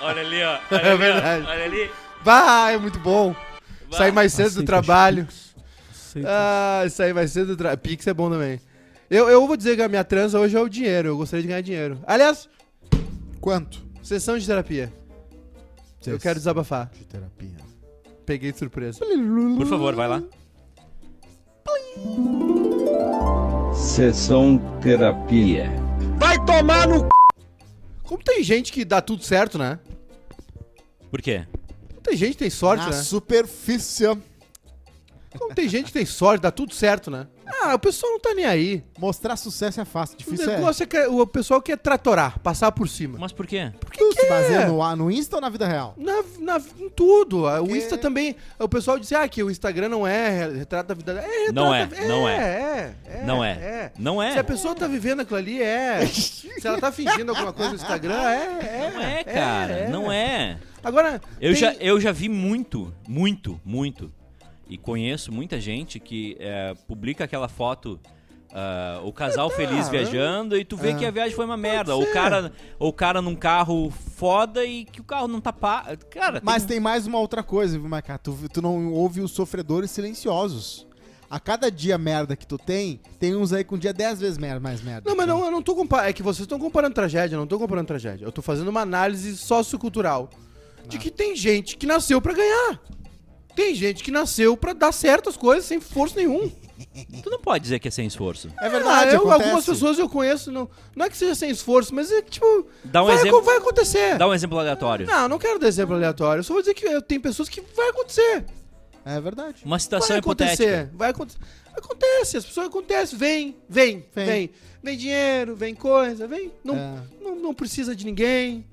Speaker 1: Olha ali, ó. Olha
Speaker 4: É
Speaker 1: ali, ó.
Speaker 4: verdade.
Speaker 1: Olha ali.
Speaker 4: Vai, é muito bom.
Speaker 1: Vai.
Speaker 4: Sair mais cedo do trabalho. Ah, sair mais cedo do trabalho. Pix é bom também. Eu, eu vou dizer que a minha transa hoje é o dinheiro. Eu gostaria de ganhar dinheiro. Aliás,
Speaker 2: Quanto?
Speaker 4: sessão de terapia. Eu quero desabafar.
Speaker 2: de terapia.
Speaker 4: Peguei de surpresa.
Speaker 1: Por favor, vai lá.
Speaker 8: Sessão terapia.
Speaker 4: Como tem gente que dá tudo certo, né?
Speaker 1: Por quê?
Speaker 4: Como tem gente que tem sorte,
Speaker 2: Na
Speaker 4: né?
Speaker 2: superfície.
Speaker 4: Como tem gente que tem sorte, dá tudo certo, né? Ah, o pessoal não tá nem aí.
Speaker 2: Mostrar sucesso é fácil.
Speaker 4: O
Speaker 2: Difícil é.
Speaker 4: negócio é, que o pessoal quer tratorar, passar por cima.
Speaker 1: Mas por quê?
Speaker 2: Tu se baseia no, no Insta ou na vida real?
Speaker 4: Na, na- em tudo. O Insta também. O pessoal diz ah, que o Instagram não é retrato da vida. É, retrato
Speaker 1: Não é,
Speaker 4: da-
Speaker 1: não é.
Speaker 4: é, é,
Speaker 1: Não é.
Speaker 4: é.
Speaker 1: Não é.
Speaker 4: Se a pessoa tá vivendo aquilo ali, é. Se ela tá fingindo alguma coisa no Instagram, é. é
Speaker 1: Não é, cara. Não é.
Speaker 4: Agora.
Speaker 1: Eu,
Speaker 4: tem-
Speaker 1: já, eu já vi muito, muito, muito. E conheço muita gente que é, publica aquela foto. ah, o casal feliz viajando e tu vê
Speaker 4: Ah.
Speaker 1: que a viagem foi uma merda. Ou o cara, ou o cara num carro foda e que o carro não tá pa... Cara,
Speaker 2: Mas tem mais uma outra coisa, viu, Maca? Tu, tu não ouve os sofredores silenciosos. a cada dia merda que tu tem, tem uns aí com dia 10 vezes mer- mais merda.
Speaker 4: Não, mas não, eu não tô comparando. É que vocês estão comparando tragédia, eu não tô comparando tragédia. Eu tô fazendo uma análise sociocultural de que tem gente que nasceu pra ganhar. Tem gente que nasceu pra dar certas coisas sem esforço nenhum.
Speaker 1: Tu não pode dizer que é sem esforço.
Speaker 2: É verdade,
Speaker 4: Ah, eu-
Speaker 2: acontece.
Speaker 4: algumas pessoas eu conheço, não, não é que seja sem esforço, mas é que, tipo,
Speaker 1: Dá um
Speaker 4: vai,
Speaker 1: exemplo.
Speaker 4: acon- vai acontecer.
Speaker 1: Dá um exemplo aleatório.
Speaker 4: Não, não quero dar exemplo aleatório. Eu só vou dizer que eu- tem pessoas que vai acontecer.
Speaker 2: É verdade.
Speaker 1: Uma situação
Speaker 4: vai
Speaker 1: hipotética.
Speaker 4: acontecer. Vai acontecer. Acontece, as pessoas acontecem. Vem, vem, vem.
Speaker 2: Vem.
Speaker 4: Vem, dinheiro, vem coisa, vem. Não,
Speaker 2: É.
Speaker 4: não, não precisa de ninguém.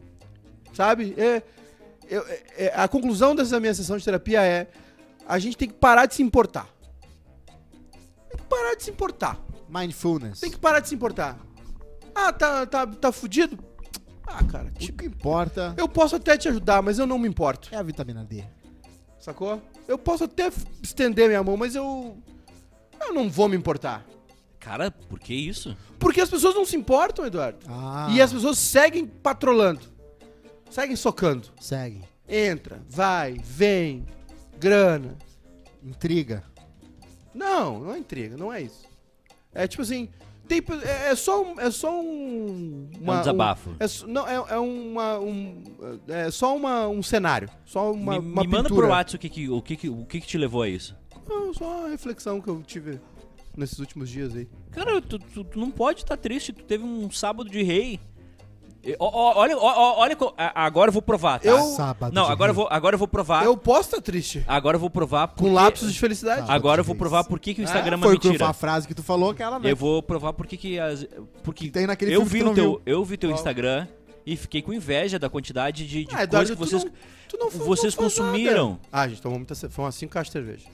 Speaker 4: Sabe? É, eu- é- é- a conclusão dessa minha sessão de terapia é: a gente tem que parar de se importar. Tem que parar de se importar.
Speaker 2: Mindfulness.
Speaker 4: Tem que parar de se importar. Ah, tá, tá, tá fudido? Ah, cara,
Speaker 2: O
Speaker 4: tipo,
Speaker 2: que importa
Speaker 4: eu posso até te ajudar, mas eu não me importo.
Speaker 2: é a vitamina D.
Speaker 4: Sacou? Eu posso até f- estender minha mão, mas eu. Eu não vou me importar.
Speaker 1: Cara, por que isso?
Speaker 4: Porque as pessoas não se importam, Eduardo.
Speaker 2: Ah,
Speaker 4: E as pessoas seguem patrolando. Seguem socando.
Speaker 2: segue.
Speaker 4: Entra, vai, vem, grana.
Speaker 2: Intriga.
Speaker 4: Não, não é intriga, não é isso. É tipo assim. Tem, pe- é, é só um. É só um. uma-
Speaker 1: desabafo.
Speaker 4: é só- não, é, é uma. Um, é só uma, um cenário. Só uma.
Speaker 1: me
Speaker 4: uma
Speaker 1: me manda
Speaker 4: pintura.
Speaker 1: pro WhatsApp o que, que- o, que, que- o que, que te levou a isso.
Speaker 4: Não, só uma reflexão que eu tive nesses últimos dias aí.
Speaker 1: Cara, tu, tu- tu não pode estar triste, tu teve um sábado de rei. E- ó, ó, olha, ó, ó, olha, co- a- agora eu vou provar, tá?
Speaker 4: Eu-
Speaker 2: Sábado
Speaker 1: não,
Speaker 2: de
Speaker 1: agora eu,
Speaker 2: rei.
Speaker 1: vou, agora eu vou provar.
Speaker 4: Eu posso estar triste.
Speaker 1: Agora eu vou provar.
Speaker 4: Com
Speaker 1: porque-
Speaker 4: lapsos de felicidade.
Speaker 1: Agora eu vou
Speaker 2: Sábado de
Speaker 1: provar
Speaker 2: reis.
Speaker 1: por que, que o Instagram é
Speaker 2: Ah, Foi com
Speaker 1: mentira.
Speaker 2: a frase que é tu falou aquela noite.
Speaker 1: Eu vou provar por que que as, porque
Speaker 2: Tem naquele
Speaker 1: eu
Speaker 2: filme que
Speaker 1: vi
Speaker 2: tu
Speaker 1: o
Speaker 2: não
Speaker 1: teu,
Speaker 2: viu.
Speaker 1: eu vi teu Instagram e fiquei com inveja da quantidade de, de
Speaker 4: Ah,
Speaker 1: coisa
Speaker 4: Eduardo,
Speaker 1: que vocês
Speaker 4: tu não, tu não, fa-
Speaker 1: vocês
Speaker 4: não faz
Speaker 1: consumiram.
Speaker 4: nada. Ah, gente, tomou muita ce- Foi umas 5 caixas de cerveja.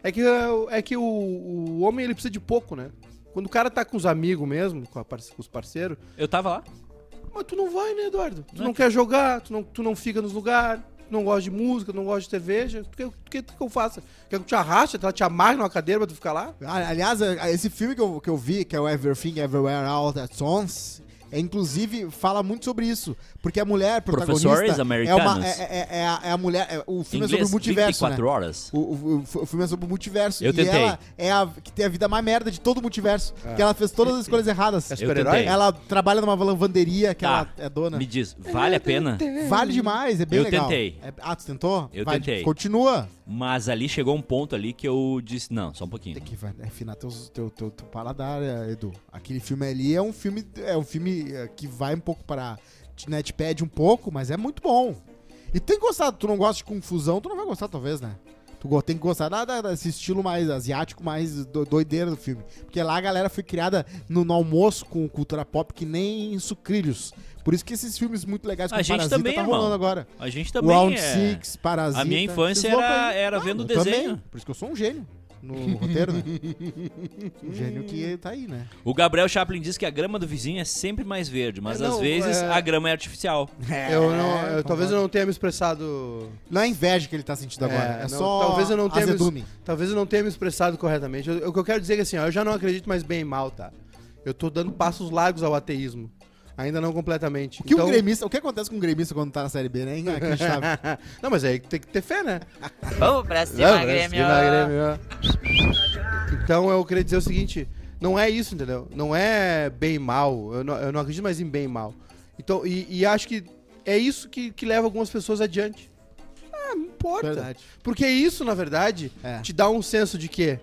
Speaker 4: É que, uh, é que o, o homem ele precisa de pouco, né? Quando o cara tá com os amigos mesmo, com, a parce- com os parceiros,
Speaker 1: Eu tava lá.
Speaker 2: é
Speaker 4: mas tu não vai, né, Eduardo? Tu não,
Speaker 1: é
Speaker 4: quer jogar, tu não, tu não fica nos lugares, tu não gosta de música, tu não gosta de cerveja. O que, o que, que eu faça? Quer que eu te arraste, tá? te amarre numa cadeira pra tu ficar lá?
Speaker 2: Ah, Aliás, a- a- esse filme que eu, que eu vi, que é o Everything Everywhere All at Once, é, inclusive fala muito sobre isso. Porque a mulher
Speaker 1: Professores
Speaker 2: protagonista é,
Speaker 1: americanos.
Speaker 2: uma, é, é- é a, é a mulher... é- o filme é sobre
Speaker 1: Inglês,
Speaker 2: o multiverso,
Speaker 1: 24
Speaker 2: né?
Speaker 1: horas.
Speaker 2: O, o- o- o filme é sobre o multiverso.
Speaker 1: Eu
Speaker 2: e
Speaker 1: tentei.
Speaker 2: ela é a que tem a vida mais merda de todo o multiverso. Porque ela fez todas as escolhas erradas.
Speaker 4: É
Speaker 1: Eu
Speaker 4: super-herói?
Speaker 1: tentei.
Speaker 2: Ela trabalha numa lavanderia que
Speaker 1: Tá.
Speaker 2: ela é dona.
Speaker 1: Me diz, vale a pena?
Speaker 2: Vale demais, é bem
Speaker 1: Eu
Speaker 2: legal.
Speaker 1: tentei.
Speaker 2: É- ah, tu tentou?
Speaker 1: Eu
Speaker 2: Vai,
Speaker 1: tentei.
Speaker 2: Continua.
Speaker 1: Mas ali chegou um ponto ali que eu disse, não, só um pouquinho.
Speaker 2: Tem que vai- né, afinar teus, teu, teu, teu paladar, eh, Edu. Aquele filme ali é um filme, é um filme eh, que vai um pouco para né, te pede um pouco, mas é muito bom. E tem gostado, tu não gosta de confusão, tu não vai gostar talvez, né? Tu go- tem que gostar da- da- desse estilo mais asiático, mais do- doideira do filme. Porque lá a galera foi criada no, no almoço com cultura pop que nem sucrilhos. Por isso que esses filmes muito legais
Speaker 1: A
Speaker 2: como
Speaker 1: gente
Speaker 2: Parasita
Speaker 1: também,
Speaker 2: tá
Speaker 1: irmão.
Speaker 2: rolando agora.
Speaker 1: A gente também
Speaker 2: Round
Speaker 1: é...
Speaker 2: Six, Parasita.
Speaker 1: A minha infância
Speaker 2: esses loucos
Speaker 1: era-
Speaker 2: aí.
Speaker 4: Tá
Speaker 1: era vendo
Speaker 2: eu
Speaker 1: desenho.
Speaker 2: também. Por isso que eu sou um gênio no roteiro, né? um gênio que tá aí, né?
Speaker 1: O Gabriel Chaplin diz que a grama do vizinho é sempre mais verde, mas
Speaker 4: É, não,
Speaker 1: às vezes
Speaker 4: é-
Speaker 1: a grama é artificial.
Speaker 4: eu não, eu- talvez
Speaker 2: concordo.
Speaker 4: eu não tenha me expressado
Speaker 2: Não é inveja que ele tá sentindo agora. então tá. É,
Speaker 4: não,
Speaker 2: só
Speaker 4: talvez eu não tenha
Speaker 2: azedume.
Speaker 4: me, talvez eu não tenha me expressado corretamente. Eu- O que eu quero dizer é que assim, ó, eu já não acredito mais bem e mal, tá? Eu tô dando passos largos ao ateísmo. Ainda não completamente. Então,
Speaker 2: O que um gremista, o que acontece com um gremista quando tá na série B, né? Inacreditável.
Speaker 4: não, mas aí tem que ter fé, né?
Speaker 8: Vamos pra cima,
Speaker 4: Não,
Speaker 8: Grêmio.
Speaker 4: esquina,
Speaker 2: é
Speaker 4: Grêmio. Então eu queria dizer o seguinte, não é isso, entendeu? Não é bem e mal. Eu não, eu não acredito mais em bem e mal. Então, e, e acho que é isso que, que leva algumas pessoas adiante. Ah, não importa.
Speaker 2: Verdade.
Speaker 4: Porque isso, na verdade,
Speaker 2: É.
Speaker 4: te dá um senso de quê?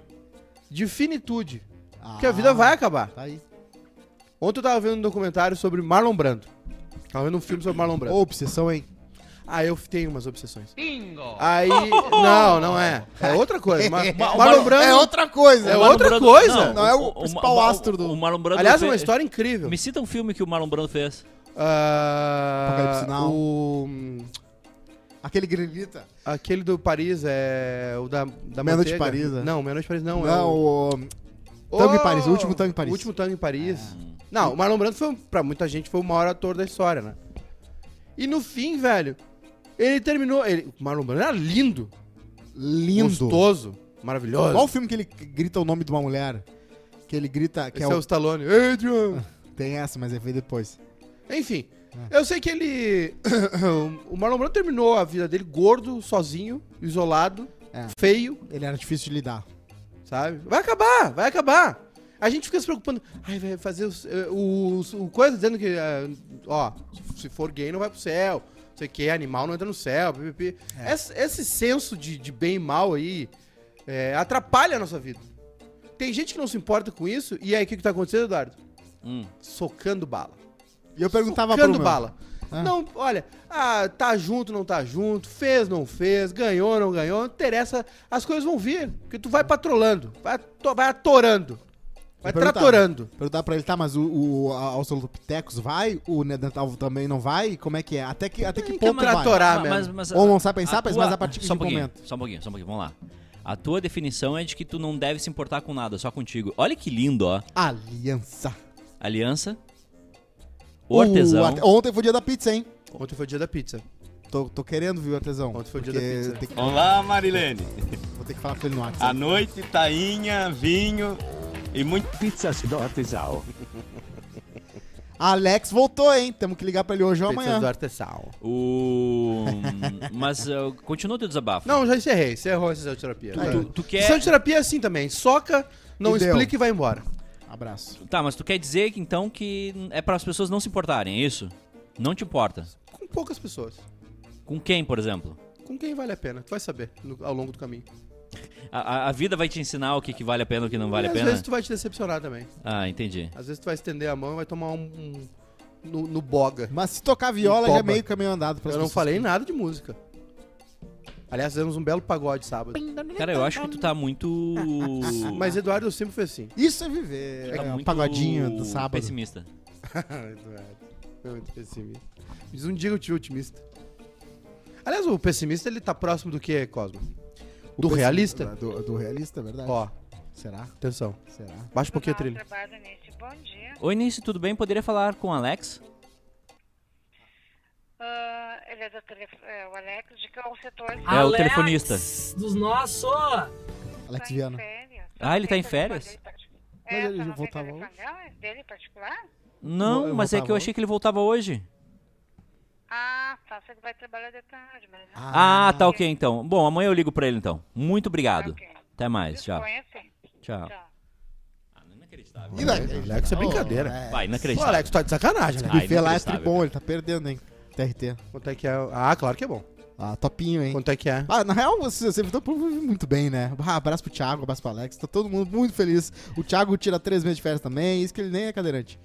Speaker 4: De finitude.
Speaker 2: Ah,
Speaker 4: Porque a vida vai acabar.
Speaker 2: Tá aí.
Speaker 4: Ontem eu tava vendo um documentário sobre Marlon Brando. Tava vendo um filme sobre Marlon Brando.
Speaker 2: Ô, obsessão, hein?
Speaker 4: Ah, eu tenho umas obsessões. Aí. Não, não é. É outra coisa. Mar-
Speaker 1: Mar-
Speaker 4: Marlon Brando.
Speaker 2: É outra coisa.
Speaker 4: É
Speaker 1: O
Speaker 2: né?
Speaker 1: Marlon
Speaker 4: outra coisa?
Speaker 2: Não, é o principal astro do-
Speaker 1: O Marlon Brando
Speaker 4: Aliás, é uma
Speaker 1: fez-
Speaker 4: história incrível.
Speaker 1: Me cita um filme que o Marlon Brando fez.
Speaker 4: Ah,
Speaker 2: Apocalipse Now.
Speaker 4: o, hum,
Speaker 2: Aquele gremista.
Speaker 4: aquele do Paris é o da, da
Speaker 2: Meia Noite
Speaker 4: manteiga.
Speaker 2: de Paris, né?
Speaker 4: Não, Meia Noite de Paris não.
Speaker 2: Não,
Speaker 4: é o...
Speaker 2: o... Tango em Paris, o último Tango em Paris.
Speaker 4: O último Tango em Paris. Não, o Marlon Brando foi, um- pra muita gente, foi o maior ator da história, né? E no fim, velho, ele terminou... Ele, o Marlon Brando era lindo,
Speaker 2: Lindo.
Speaker 4: gostoso, maravilhoso.
Speaker 2: Qual o filme que ele grita o nome de uma mulher? Que ele grita... Que
Speaker 4: Esse
Speaker 2: é
Speaker 4: é,
Speaker 2: o-
Speaker 4: o Stallone. Adrian!
Speaker 2: Tem essa, mas é veio depois. Ah.
Speaker 4: Enfim, eu sei que ele... o Marlon Brando terminou a vida dele gordo, sozinho, isolado,
Speaker 2: É.
Speaker 4: feio.
Speaker 2: Ele era difícil de lidar.
Speaker 4: Sabe? Vai acabar, vai acabar. A gente fica se preocupando. Ai, vai fazer os- eh, os- o, coisa dizendo que, ah, ó, se for gay não vai pro céu. Não sei o que, animal não entra no céu. Pipipi. Esse, esse senso de, de bem e mal aí eh, atrapalha a nossa vida. Tem gente que não se importa com isso. E aí, o que, que tá acontecendo, Eduardo?
Speaker 1: Hum.
Speaker 4: Socando bala.
Speaker 2: E eu perguntava pro
Speaker 4: Socando
Speaker 2: meu.
Speaker 4: bala.
Speaker 2: Ah.
Speaker 4: Não, olha, ah, tá junto, não tá junto, fez, não fez, ganhou, não ganhou, não interessa, as coisas vão vir, porque tu vai patrolando, vai, ato- vai atorando, vai
Speaker 2: perguntava.
Speaker 4: tratorando.
Speaker 2: Perguntar pra ele, tá, mas o, o a- Australopithecus vai? O Neandertal também não vai? Como é que é? Até que, até que
Speaker 4: Tem que
Speaker 2: ponto vai?
Speaker 4: trator- Torar
Speaker 1: Ah, mas,
Speaker 4: mesmo.
Speaker 1: mas,
Speaker 2: Ou não sabe
Speaker 1: a
Speaker 2: pensar, mas a partir de
Speaker 1: só um
Speaker 2: que
Speaker 1: pouquinho,
Speaker 2: momento?
Speaker 1: Só um pouquinho, só um pouquinho, vamos lá. A tua definição é de que tu não deve se importar com nada, só contigo. Olha que lindo, ó.
Speaker 2: Aliança.
Speaker 1: Aliança,
Speaker 2: O
Speaker 1: o artesão,
Speaker 2: arte- Ontem foi Uh, o dia da pizza, hein?
Speaker 4: Ontem foi o dia da pizza.
Speaker 2: Então Tô, tô querendo, viu, artesão?
Speaker 4: Ontem foi o dia da
Speaker 2: Porque
Speaker 4: pizza.
Speaker 2: tem que-
Speaker 8: Olá, Marilene.
Speaker 2: vou ter que falar com ele no
Speaker 8: À
Speaker 2: WhatsApp.
Speaker 8: noite, tainha, vinho e muito pizzas do artesão.
Speaker 2: Alex voltou, hein? Temos que ligar pra ele hoje ou
Speaker 4: Pizza
Speaker 2: amanhã.
Speaker 4: do artesão.
Speaker 1: o... Mas uh, continua o teu desabafo.
Speaker 4: Não, já encerrei, encerrou a sessão de terapia.
Speaker 1: Tu- Tu, tu quer...
Speaker 2: um
Speaker 4: Sessão de terapia é assim também, soca, não
Speaker 2: E deu.
Speaker 4: explica e vai embora.
Speaker 2: Abraço.
Speaker 1: Tá, mas tu quer dizer que então que é para as pessoas não se importarem, é isso? Não te importa.
Speaker 4: Com poucas pessoas,
Speaker 1: Com quem, por exemplo?
Speaker 4: com quem vale a pena, tu vai saber no- ao longo do caminho.
Speaker 1: A, a- a vida vai te ensinar o que, que vale a pena e o que não vale
Speaker 4: e
Speaker 1: a
Speaker 4: às
Speaker 1: pena?
Speaker 4: vezes tu vai te decepcionar também,
Speaker 1: Ah, entendi.
Speaker 4: às vezes tu vai estender a mão e vai tomar um, um- no, no boga.
Speaker 2: Mas se tocar viola, já é
Speaker 4: Popa.
Speaker 2: meio caminho andado pra
Speaker 4: Eu não falei nada de música. Aliás, fizemos um belo pagode sábado.
Speaker 1: Cara, eu acho que tu tá muito...
Speaker 4: Mas Eduardo sempre foi assim.
Speaker 2: Isso é viver.
Speaker 1: tá
Speaker 2: É,
Speaker 1: muito
Speaker 2: um pagodinho do sábado.
Speaker 1: Pessimista.
Speaker 4: Eduardo, foi muito pessimista. Mas um dia eu tive otimista. Aliás, o pessimista ele tá próximo do que, Cosmo?
Speaker 2: O
Speaker 4: Do
Speaker 2: pessi-
Speaker 4: realista?
Speaker 2: Do, do realista, é verdade.
Speaker 4: Ó,
Speaker 2: Será?
Speaker 4: atenção.
Speaker 2: Será?
Speaker 4: Baixa um pouquinho a trilha.
Speaker 9: trabalho neste bom dia.
Speaker 1: Oi, Nice, tudo bem? Poderia falar com o Alex?
Speaker 9: Ah, ele é do telef- é, o Alex, de qual setor? tá
Speaker 1: É o telefonista.
Speaker 10: Dos nossos.
Speaker 2: Alex Viana.
Speaker 9: férias.
Speaker 1: Ah, ele tá em
Speaker 9: Não tem
Speaker 1: férias?
Speaker 9: telefone dele particular.
Speaker 2: Mas
Speaker 9: É,
Speaker 2: ele
Speaker 9: só não tem
Speaker 2: voltava
Speaker 9: telefone dela- dele particular?
Speaker 1: Não,
Speaker 2: Eu
Speaker 1: mas é que eu
Speaker 2: voltava
Speaker 1: achei que ele voltava hoje.
Speaker 9: Ah, tá, você que vai trabalhar de tarde, mas não
Speaker 1: Ah, tá ok então. Bom, amanhã eu ligo pra ele então. Muito obrigado.
Speaker 9: é Ok.
Speaker 1: Até mais,
Speaker 9: se
Speaker 1: tchau.
Speaker 9: conhece.
Speaker 2: É.
Speaker 9: Tá.
Speaker 1: Tchau.
Speaker 9: Tchau.
Speaker 1: Inacreditável.
Speaker 2: E daí?
Speaker 4: Alex, é brincadeira.
Speaker 2: É.
Speaker 1: Vai,
Speaker 4: Pô,
Speaker 1: inacreditável.
Speaker 4: Alex, tu tá de sacanagem, né?
Speaker 1: Ah,
Speaker 2: Buffet lá é
Speaker 1: inacreditável,
Speaker 2: bom, ele tá perdendo, hein? TRT.
Speaker 4: Quanto é que é? Ah, claro que é bom.
Speaker 2: Ah, topinho, hein?
Speaker 4: Quanto é que é?
Speaker 2: Ah, na real, você, você viu muito bem, né? Ah, abraço pro Thiago, abraço pro Alex. Tá todo mundo muito feliz. O Thiago tira três meses de férias também, isso que ele nem é cadeirante.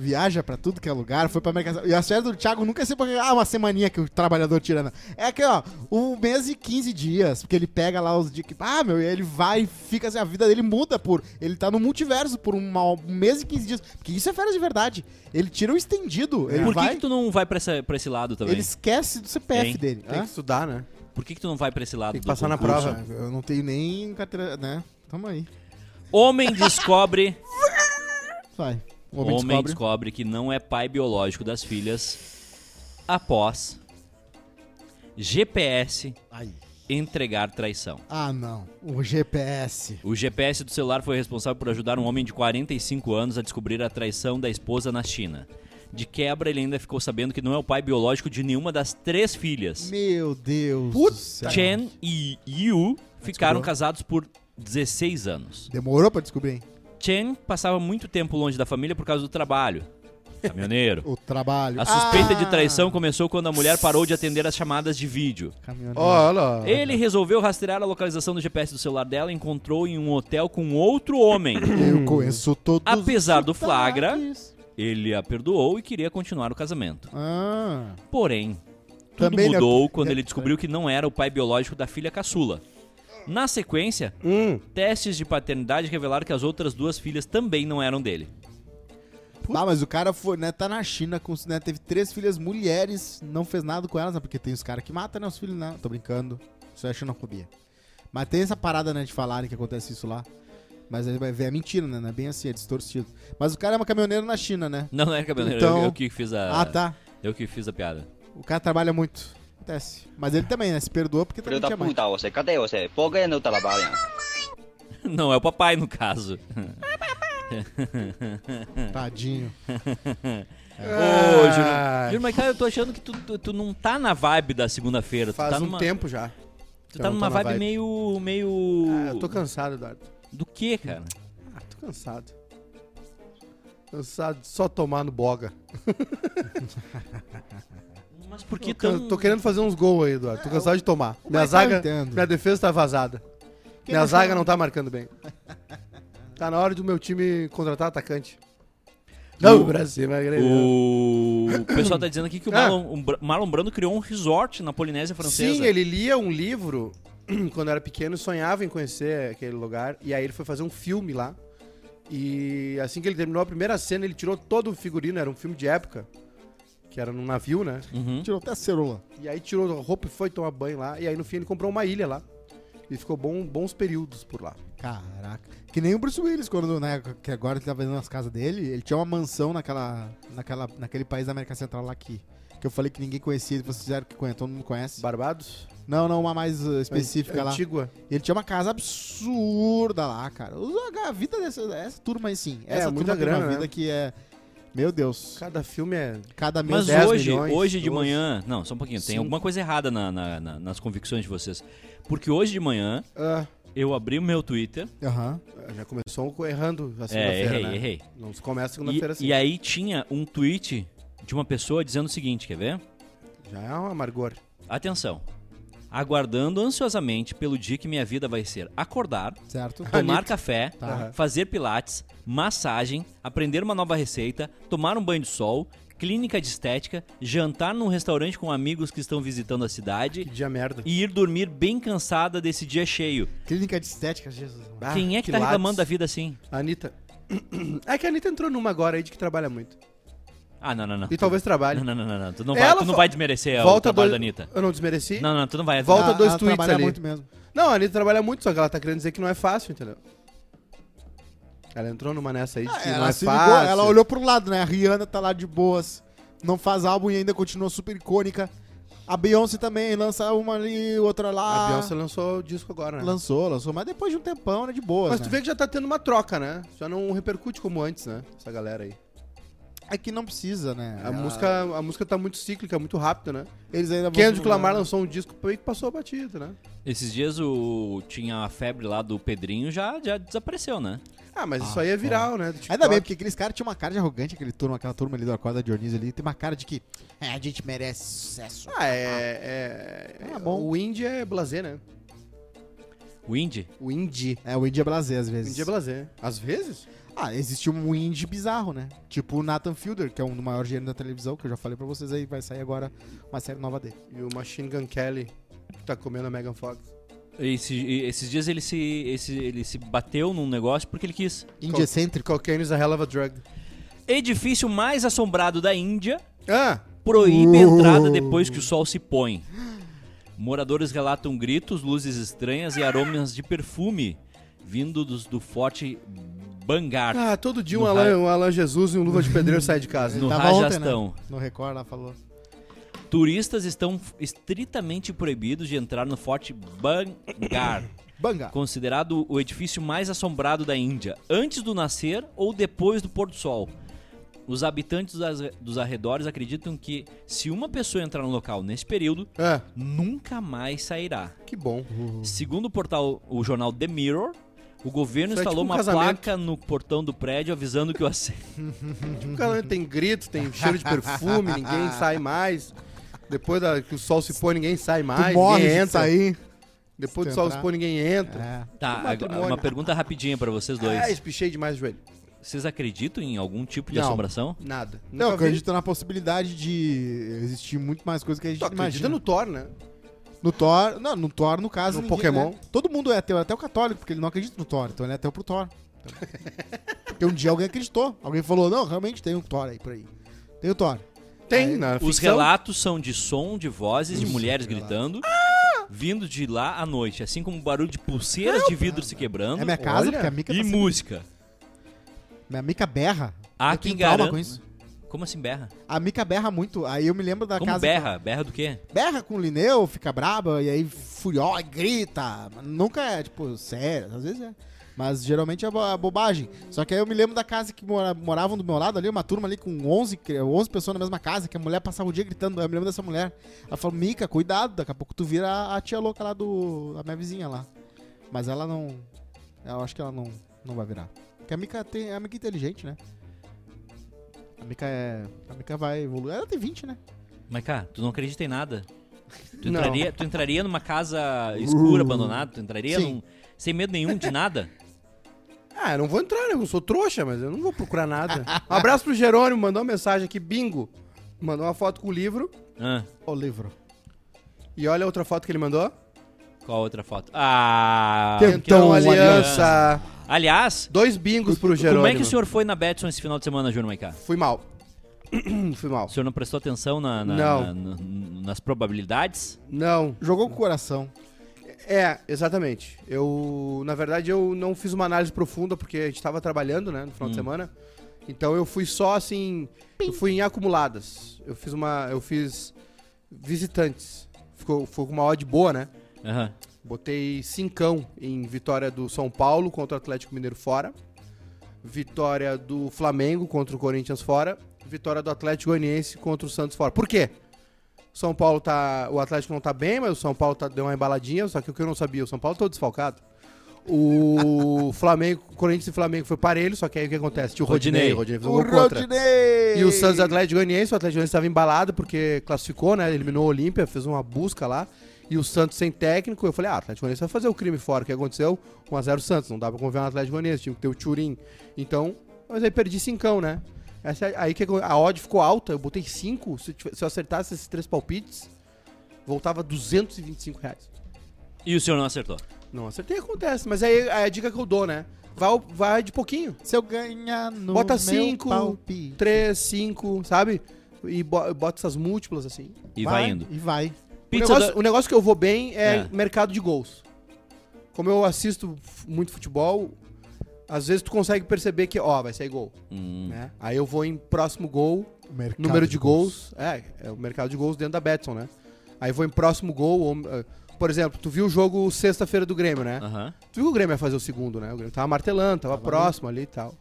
Speaker 2: Viaja pra tudo que é lugar, foi pra América E as férias do Thiago nunca é sempre ah, uma semaninha que o trabalhador tira, não. É que, ó, um mês e 15 dias, porque ele pega lá os dias que. Ah, meu, e ele vai e fica assim, a vida dele muda por. Ele tá no multiverso por uma- um mês e 15 dias. Porque isso é férias de verdade. Ele tira o estendido. Ele
Speaker 1: Por que,
Speaker 2: vai.
Speaker 1: que tu não vai pra, essa, pra esse lado também?
Speaker 2: Ele esquece do CPF
Speaker 1: Hein?
Speaker 2: dele.
Speaker 4: Tem
Speaker 2: hã?
Speaker 4: que estudar, né?
Speaker 1: Por que, que tu não vai pra esse lado
Speaker 4: Tem que
Speaker 1: do
Speaker 4: passar na
Speaker 1: concurso?
Speaker 4: prova.
Speaker 2: Ah, Eu não tenho nem carteira, né? Tamo aí.
Speaker 1: Homem descobre.
Speaker 2: Vai. O
Speaker 1: homem
Speaker 2: homem, descobre.
Speaker 1: descobre que não é pai biológico das filhas após GPS
Speaker 2: Ai.
Speaker 1: entregar traição.
Speaker 2: Ah, não. O GPS.
Speaker 1: O GPS do celular foi responsável por ajudar um homem de 45 anos a descobrir a traição da esposa na China. De quebra, ele ainda ficou sabendo que não é o pai biológico de nenhuma das três filhas.
Speaker 2: Meu Deus
Speaker 4: Puta.
Speaker 2: do céu.
Speaker 1: Chen e Yu ficaram casados por 16 anos.
Speaker 2: Demorou pra descobrir, hein?
Speaker 1: Chen passava muito tempo longe da família por causa do trabalho. Caminhoneiro.
Speaker 2: O trabalho.
Speaker 1: A suspeita
Speaker 2: Ah,
Speaker 1: de traição começou quando a mulher parou de atender as chamadas de vídeo.
Speaker 2: caminhoneiro.
Speaker 4: Olha.
Speaker 1: Ele resolveu rastrear a localização do GPS do celular dela e encontrou em um hotel com outro homem.
Speaker 2: Eu conheço todos
Speaker 1: Apesar
Speaker 2: os
Speaker 1: do flagra-
Speaker 2: sotaques.
Speaker 1: Ele a perdoou e queria continuar o casamento.
Speaker 2: Ah.
Speaker 1: Porém, tudo
Speaker 2: Também não é-
Speaker 1: mudou quando
Speaker 2: é-
Speaker 1: ele descobriu que não era o pai biológico da filha caçula. Na sequência,
Speaker 4: Hum.
Speaker 1: testes de paternidade revelaram que as outras duas filhas também não eram dele.
Speaker 2: Ah, mas o cara foi, né, tá na China, com, né, teve três filhas mulheres, não fez nada com elas, né, porque tem os caras que matam, né, os filhos, não. Tô brincando, isso é xenofobia. Mas tem essa parada, né, de falarem que acontece isso lá. Mas aí vai ver, é mentira, né, não é bem assim, é distorcido. Mas o cara é um caminhoneiro na China, né?
Speaker 1: Não, não era cabeleireiro,
Speaker 2: Então-
Speaker 1: eu, eu que fiz
Speaker 7: É.
Speaker 1: a
Speaker 2: Ah, tá,
Speaker 1: eu que fiz a piada.
Speaker 2: o cara trabalha muito, acontece. Mas ele também, né, se perdoou porque
Speaker 7: Filho
Speaker 2: também
Speaker 7: da
Speaker 2: tinha mãe.
Speaker 7: puta, você. Cadê você? Por que não trabalha?
Speaker 1: Não, é o papai no caso.
Speaker 2: Tadinho.
Speaker 4: Ah.
Speaker 1: Ô, Júlio, Júlio, mas cara, eu tô achando que tu, tu, tu não tá na vibe da segunda-feira. Tu
Speaker 4: Faz
Speaker 1: tá
Speaker 4: um
Speaker 1: numa-
Speaker 4: tempo já.
Speaker 1: Tu
Speaker 4: Eu
Speaker 1: tá
Speaker 4: não tô
Speaker 1: numa
Speaker 4: na
Speaker 1: vibe,
Speaker 4: vibe.
Speaker 1: meio. meio.
Speaker 4: Ah, eu tô cansado, Eduardo.
Speaker 1: Do que, cara?
Speaker 4: Ah, tô cansado. Cansado de só tomar no boga.
Speaker 1: Mas por que
Speaker 4: Tô can-
Speaker 1: tão. É,
Speaker 4: Tô querendo fazer uns gols aí, Eduardo. Tô cansado de tomar.
Speaker 1: tá
Speaker 4: Minha
Speaker 2: Marcão
Speaker 4: zaga,
Speaker 2: entendo.
Speaker 4: minha defesa tá vazada.
Speaker 2: Quem
Speaker 4: minha
Speaker 2: não
Speaker 4: zaga
Speaker 2: chama-
Speaker 4: não tá marcando bem. Tá na hora do meu time contratar atacante.
Speaker 1: Não,
Speaker 4: Não, Brasil, é mas Grêmio.
Speaker 1: O... o pessoal tá dizendo aqui que o
Speaker 4: Ah.
Speaker 1: Marlon, o Bra- Marlon Brando criou um resort na Polinésia Francesa.
Speaker 4: Sim, ele lia um livro quando era pequeno e sonhava em conhecer aquele lugar. E aí ele foi fazer um filme lá. E assim que ele terminou a primeira cena, ele tirou todo o figurino. Era um filme de época, que era num navio, né?
Speaker 1: Uhum.
Speaker 2: Tirou até a cerola.
Speaker 4: E aí tirou a roupa e foi tomar banho lá. E aí no fim ele comprou uma ilha lá. E ficou bom, bons períodos por lá.
Speaker 2: Caraca. Que nem o Bruce Willis, quando, né, que agora ele tá vendendo as casas dele, ele tinha uma mansão naquela, naquela, naquele país da América Central lá aqui. Que eu falei que ninguém conhecia, e vocês fizeram que conhece, todo mundo conhece.
Speaker 4: Barbados?
Speaker 2: Não, não, uma mais uh, específica lá.
Speaker 4: Antigua.
Speaker 2: E Ele tinha uma casa absurda lá, cara. Os- A vida dessa essa turma aí, sim.
Speaker 4: É,
Speaker 2: Essa
Speaker 4: muita
Speaker 2: turma tem uma
Speaker 4: grana,
Speaker 2: vida
Speaker 4: né?
Speaker 2: que é... Meu Deus.
Speaker 4: Cada filme é.
Speaker 2: Cada mês...
Speaker 1: Mas
Speaker 4: 10
Speaker 1: hoje,
Speaker 4: milhões,
Speaker 1: hoje de
Speaker 4: 12.
Speaker 1: manhã. Não, só um pouquinho. Tem
Speaker 4: Sim.
Speaker 1: alguma coisa errada na- na- na- nas convicções de vocês. Porque hoje de manhã
Speaker 4: Ah,
Speaker 1: eu abri o meu Twitter.
Speaker 2: Aham.
Speaker 4: já começou errando a
Speaker 1: É,
Speaker 4: segunda-feira,
Speaker 1: errei,
Speaker 4: né?
Speaker 1: errei.
Speaker 4: Não se
Speaker 1: E,
Speaker 4: começa segunda-feira assim.
Speaker 1: e aí tinha um tweet de uma pessoa dizendo o seguinte: quer ver?
Speaker 4: Já é um amargor.
Speaker 1: Atenção. Aguardando ansiosamente pelo dia que minha vida vai ser acordar,
Speaker 2: Certo.
Speaker 1: tomar café,
Speaker 4: Tá.
Speaker 1: fazer pilates, massagem, aprender uma nova receita, tomar um banho de sol, clínica de estética, jantar num restaurante com amigos que estão visitando a cidade
Speaker 4: Que dia merda.
Speaker 1: e ir dormir bem cansada desse dia cheio.
Speaker 2: Clínica de estética, Jesus.
Speaker 4: Ah,
Speaker 1: Quem é que, tá
Speaker 4: lates.
Speaker 1: reclamando da vida assim?
Speaker 4: A Anitta. É que a Anitta entrou numa agora aí de que trabalha muito.
Speaker 1: Ah, não, não, não.
Speaker 4: E talvez trabalhe.
Speaker 1: Não, não, não, não, não. Tu não,
Speaker 4: Ela
Speaker 1: vai, tu não
Speaker 4: fa-
Speaker 1: vai desmerecer
Speaker 4: Volta
Speaker 1: o trabalho
Speaker 4: dois...
Speaker 1: da Anitta.
Speaker 4: Eu não desmereci.
Speaker 1: Não, não, tu não vai.
Speaker 4: Volta
Speaker 2: Ela-
Speaker 4: dois
Speaker 2: ela
Speaker 4: tweets
Speaker 2: trabalha
Speaker 4: ali.
Speaker 2: muito mesmo.
Speaker 4: Não, a Anitta trabalha muito, só que ela tá querendo dizer que não é fácil, entendeu? Ela entrou numa nessa aí de que não
Speaker 2: Ah, Ela
Speaker 4: é
Speaker 2: se ligou,
Speaker 4: fácil.
Speaker 2: ela olhou pro lado, né? A Rihanna tá lá de boas, não faz álbum e ainda continua super icônica. A Beyoncé também lança uma ali, outra lá.
Speaker 4: A Beyoncé lançou o disco agora, né?
Speaker 2: Ah. lançou, lançou, mas depois de um tempão, né? De boas.
Speaker 4: Mas
Speaker 2: né?
Speaker 4: tu vê que já tá tendo uma troca, né? Já não repercute como antes, né? Essa galera aí.
Speaker 2: É que não precisa, né?
Speaker 4: A,
Speaker 2: Ela-
Speaker 4: música, a música tá muito cíclica, muito rápida, né?
Speaker 2: Eles ainda vão
Speaker 4: Kendrick
Speaker 2: pro-
Speaker 4: Lamar lançou um disco e passou a batida, né?
Speaker 1: Esses dias o tinha a febre lá do Pedrinho, já, já desapareceu, né?
Speaker 4: Ah, mas isso aí é viral, né? Do
Speaker 2: Ainda
Speaker 4: TikTok.
Speaker 2: bem, porque aqueles caras tinham uma cara de arrogante, aquele turma, aquela turma ali do Acorda Dionísio ali, tem uma cara de que é, a gente merece sucesso.
Speaker 4: Ah, é. é,
Speaker 2: Ah, bom.
Speaker 4: O indie é blazer, né?
Speaker 1: O Indy.
Speaker 4: O indie.
Speaker 2: É, o indie é blazer às
Speaker 4: O
Speaker 2: vezes.
Speaker 4: indie é blazer. Às vezes?
Speaker 2: Ah, existe um indie bizarro, né? Tipo o Nathan Fielder, que é um do maior gênio da televisão, que eu já falei pra vocês aí, vai sair agora uma série nova dele.
Speaker 4: E o Machine Gun Kelly, que tá comendo a Megan Fox.
Speaker 1: Esse- e- esses dias ele se, esse- ele se bateu num negócio porque ele quis.
Speaker 2: Indie excêntrico.
Speaker 4: Cocaine is a um hell of a drug.
Speaker 1: Edifício mais assombrado da Índia
Speaker 4: Ah!
Speaker 1: proíbe a
Speaker 2: Uh.
Speaker 1: entrada depois que o sol se põe. Moradores relatam gritos, luzes estranhas e aromas de perfume vindo dos- do forte Bangar,
Speaker 4: Ah, todo dia
Speaker 1: No
Speaker 4: um
Speaker 1: raio.
Speaker 4: Alan, um Alan Jesus e um Luva de Pedreiro sai de casa.
Speaker 1: no
Speaker 2: tava ontem, né?
Speaker 1: Rajastão.
Speaker 2: No Record lá falou.
Speaker 1: Turistas estão f- estritamente proibidos de entrar no forte Bangar,
Speaker 2: Banga.
Speaker 1: considerado o edifício mais assombrado da Índia, antes do nascer ou depois do pôr do sol. Os habitantes das- dos arredores acreditam que se uma pessoa entrar no local nesse período,
Speaker 4: Ah,
Speaker 1: nunca mais sairá.
Speaker 4: que bom.
Speaker 1: Segundo o portal, o jornal The Mirror, o governo
Speaker 4: Isso é
Speaker 1: instalou
Speaker 4: tipo
Speaker 1: uma
Speaker 4: um casamento.
Speaker 1: placa no portão do prédio avisando que o acesso
Speaker 4: Tipo, cara, tem grito, tem cheiro de perfume, ninguém sai mais. Depois da- que o sol se põe, ninguém sai mais, ninguém
Speaker 2: de
Speaker 4: entra.
Speaker 2: sair.
Speaker 4: Depois
Speaker 2: Se tu
Speaker 4: do sol se
Speaker 2: entrar.
Speaker 4: põe, ninguém entra.
Speaker 2: É.
Speaker 1: Tá, agora,
Speaker 4: matrimônio.
Speaker 1: uma pergunta rapidinha pra vocês dois.
Speaker 4: Ah, espichei demais o joelho.
Speaker 1: Vocês acreditam em algum tipo de
Speaker 4: Não.
Speaker 1: assombração?
Speaker 4: Nada.
Speaker 2: Não, eu
Speaker 4: Nunca vi.
Speaker 2: acredito na possibilidade de existir muito mais coisa que a gente
Speaker 4: Tu acredita
Speaker 2: imagina.
Speaker 4: no Thor, né?
Speaker 2: No Thor, não, no Thor, no caso.
Speaker 4: No
Speaker 2: ninguém,
Speaker 4: Pokémon.
Speaker 2: né? Todo mundo é ateu, até o católico, porque ele não acredita no Thor, então ele é ateu pro Thor. porque um dia alguém acreditou. Alguém falou, não, realmente tem um Thor aí por aí. Tem o Thor.
Speaker 4: Tem, na
Speaker 1: Os
Speaker 4: ficção.
Speaker 1: relatos são de som, de vozes, de mulheres gritando,
Speaker 2: Ah!
Speaker 1: vindo de lá à noite, assim como barulho de pulseiras de vidro se
Speaker 2: É
Speaker 1: quebrando
Speaker 2: minha casa,
Speaker 4: olha,
Speaker 2: porque a Mica
Speaker 1: e
Speaker 2: tá sendo-
Speaker 1: música.
Speaker 2: Minha Mica berra.
Speaker 1: Há
Speaker 2: Eu
Speaker 1: quem
Speaker 2: tenho trauma
Speaker 1: garanta.
Speaker 2: com isso.
Speaker 1: Como assim berra?
Speaker 2: A Mica berra muito. Aí eu me lembro da
Speaker 1: como
Speaker 2: casa.
Speaker 1: berra? Berra do quê?
Speaker 2: berra com o Lineu, fica braba, e aí furiosa, grita. Nunca é, tipo, sério, às vezes é. Mas geralmente é bo- a bobagem. Só que aí eu me lembro da casa que mora- moravam do meu lado ali, uma turma ali com 11, cri- 11 pessoas na mesma casa, que a mulher passava o dia gritando. Eu me lembro dessa mulher. Ela falou: Mica, cuidado, daqui a pouco tu vira a, a tia louca lá do. a minha vizinha lá. Mas ela não. Eu acho que ela não, não vai virar. Porque a Mica tem, a Mica é inteligente, né? A Mica é. A Mica vai evoluir. Ela tem 20, né?
Speaker 1: Mas, cara, tu não acredita em nada. Tu
Speaker 4: Não.
Speaker 1: entraria, tu entraria numa casa escura, abandonada, tu entraria
Speaker 2: Uh. Sim.
Speaker 1: num- sem medo nenhum de nada.
Speaker 4: Ah, eu não vou entrar, né? Eu sou trouxa, mas eu não vou procurar nada. Um abraço pro Jerônimo, mandou uma mensagem aqui, bingo. Mandou uma foto com o livro.
Speaker 1: Ah,
Speaker 2: O livro.
Speaker 4: E olha a outra foto que ele mandou.
Speaker 1: qual a outra foto? Ah,
Speaker 4: Tentam
Speaker 1: que
Speaker 4: é aliança.
Speaker 1: Aliás,
Speaker 4: Dois bingos pro Jerônimo.
Speaker 1: como é que o senhor foi na Betson esse final de semana, Júnior Maicá?
Speaker 4: Fui mal. Fui mal.
Speaker 1: O senhor não prestou atenção na- na-
Speaker 4: Não.
Speaker 1: na- na- nas probabilidades?
Speaker 4: Não.
Speaker 2: Jogou com o coração.
Speaker 4: É, exatamente. Eu, na verdade, eu não fiz uma análise profunda porque a gente tava trabalhando, né, no final de semana. Então eu fui só assim, eu fui em acumuladas. Eu fiz uma, eu fiz visitantes. Ficou, foi com uma odd boa, né?
Speaker 1: Aham.
Speaker 4: Botei cincão em vitória do São Paulo contra o Atlético Mineiro fora. Vitória do Flamengo contra o Corinthians fora. Vitória do Atlético Goianiense contra o Santos fora. Por quê? São Paulo tá. O Atlético não tá bem, mas o São Paulo tá, deu uma embaladinha, só que o que eu não sabia, o São Paulo todo desfalcado. O Flamengo, Corinthians e Flamengo foi parelho, só que aí o que acontece? Tinha o Rodinei.
Speaker 1: Rodinei.
Speaker 4: Rodinei fez um
Speaker 2: O
Speaker 4: gol contra.
Speaker 2: Rodinei!
Speaker 4: E o Santos e o Atlético Goianiense, o Atlético Goianiense estava embalado porque classificou, né? Eliminou o Olímpia, fez uma busca lá. E o Santos sem técnico, eu falei, ah, o Atlético Goianiense vai fazer o crime fora. O que aconteceu? 1x0 Santos, não dá pra confiar no Atlético Goianiense, tinha que ter o Turim. Então, mas aí perdi 5 né? Essa, aí que a odd ficou alta, eu botei 5, se, eu tive- se eu acertasse esses três palpites, voltava 225 reais.
Speaker 1: E o senhor não acertou?
Speaker 4: Não acertei, acontece, mas aí é a dica que eu dou, né? Vai, ao- vai de pouquinho.
Speaker 2: Se eu ganhar no
Speaker 4: Bota
Speaker 2: meu
Speaker 4: cinco.
Speaker 2: palpite.
Speaker 4: 3, 5, sabe? E bo- bota essas múltiplas assim.
Speaker 1: E vai, indo.
Speaker 2: E vai.
Speaker 4: O
Speaker 1: Pizza
Speaker 4: Um negócio,
Speaker 1: da-
Speaker 4: o negócio que eu vou bem é,
Speaker 1: É.
Speaker 4: mercado de gols. Como eu assisto f- muito futebol, às vezes tu consegue perceber que, ó, vai sair gol.
Speaker 1: Hum,
Speaker 4: né? Aí eu vou em próximo gol, número de gols. É, é o mercado de gols dentro da Betson, né? Aí vou em próximo gol. ou, eh, por exemplo, tu viu o jogo sexta-feira do Grêmio, né?
Speaker 1: Aham.
Speaker 4: Tu viu que o Grêmio ia fazer o segundo, né? O Grêmio tava martelando, tava, próximo ali e tal.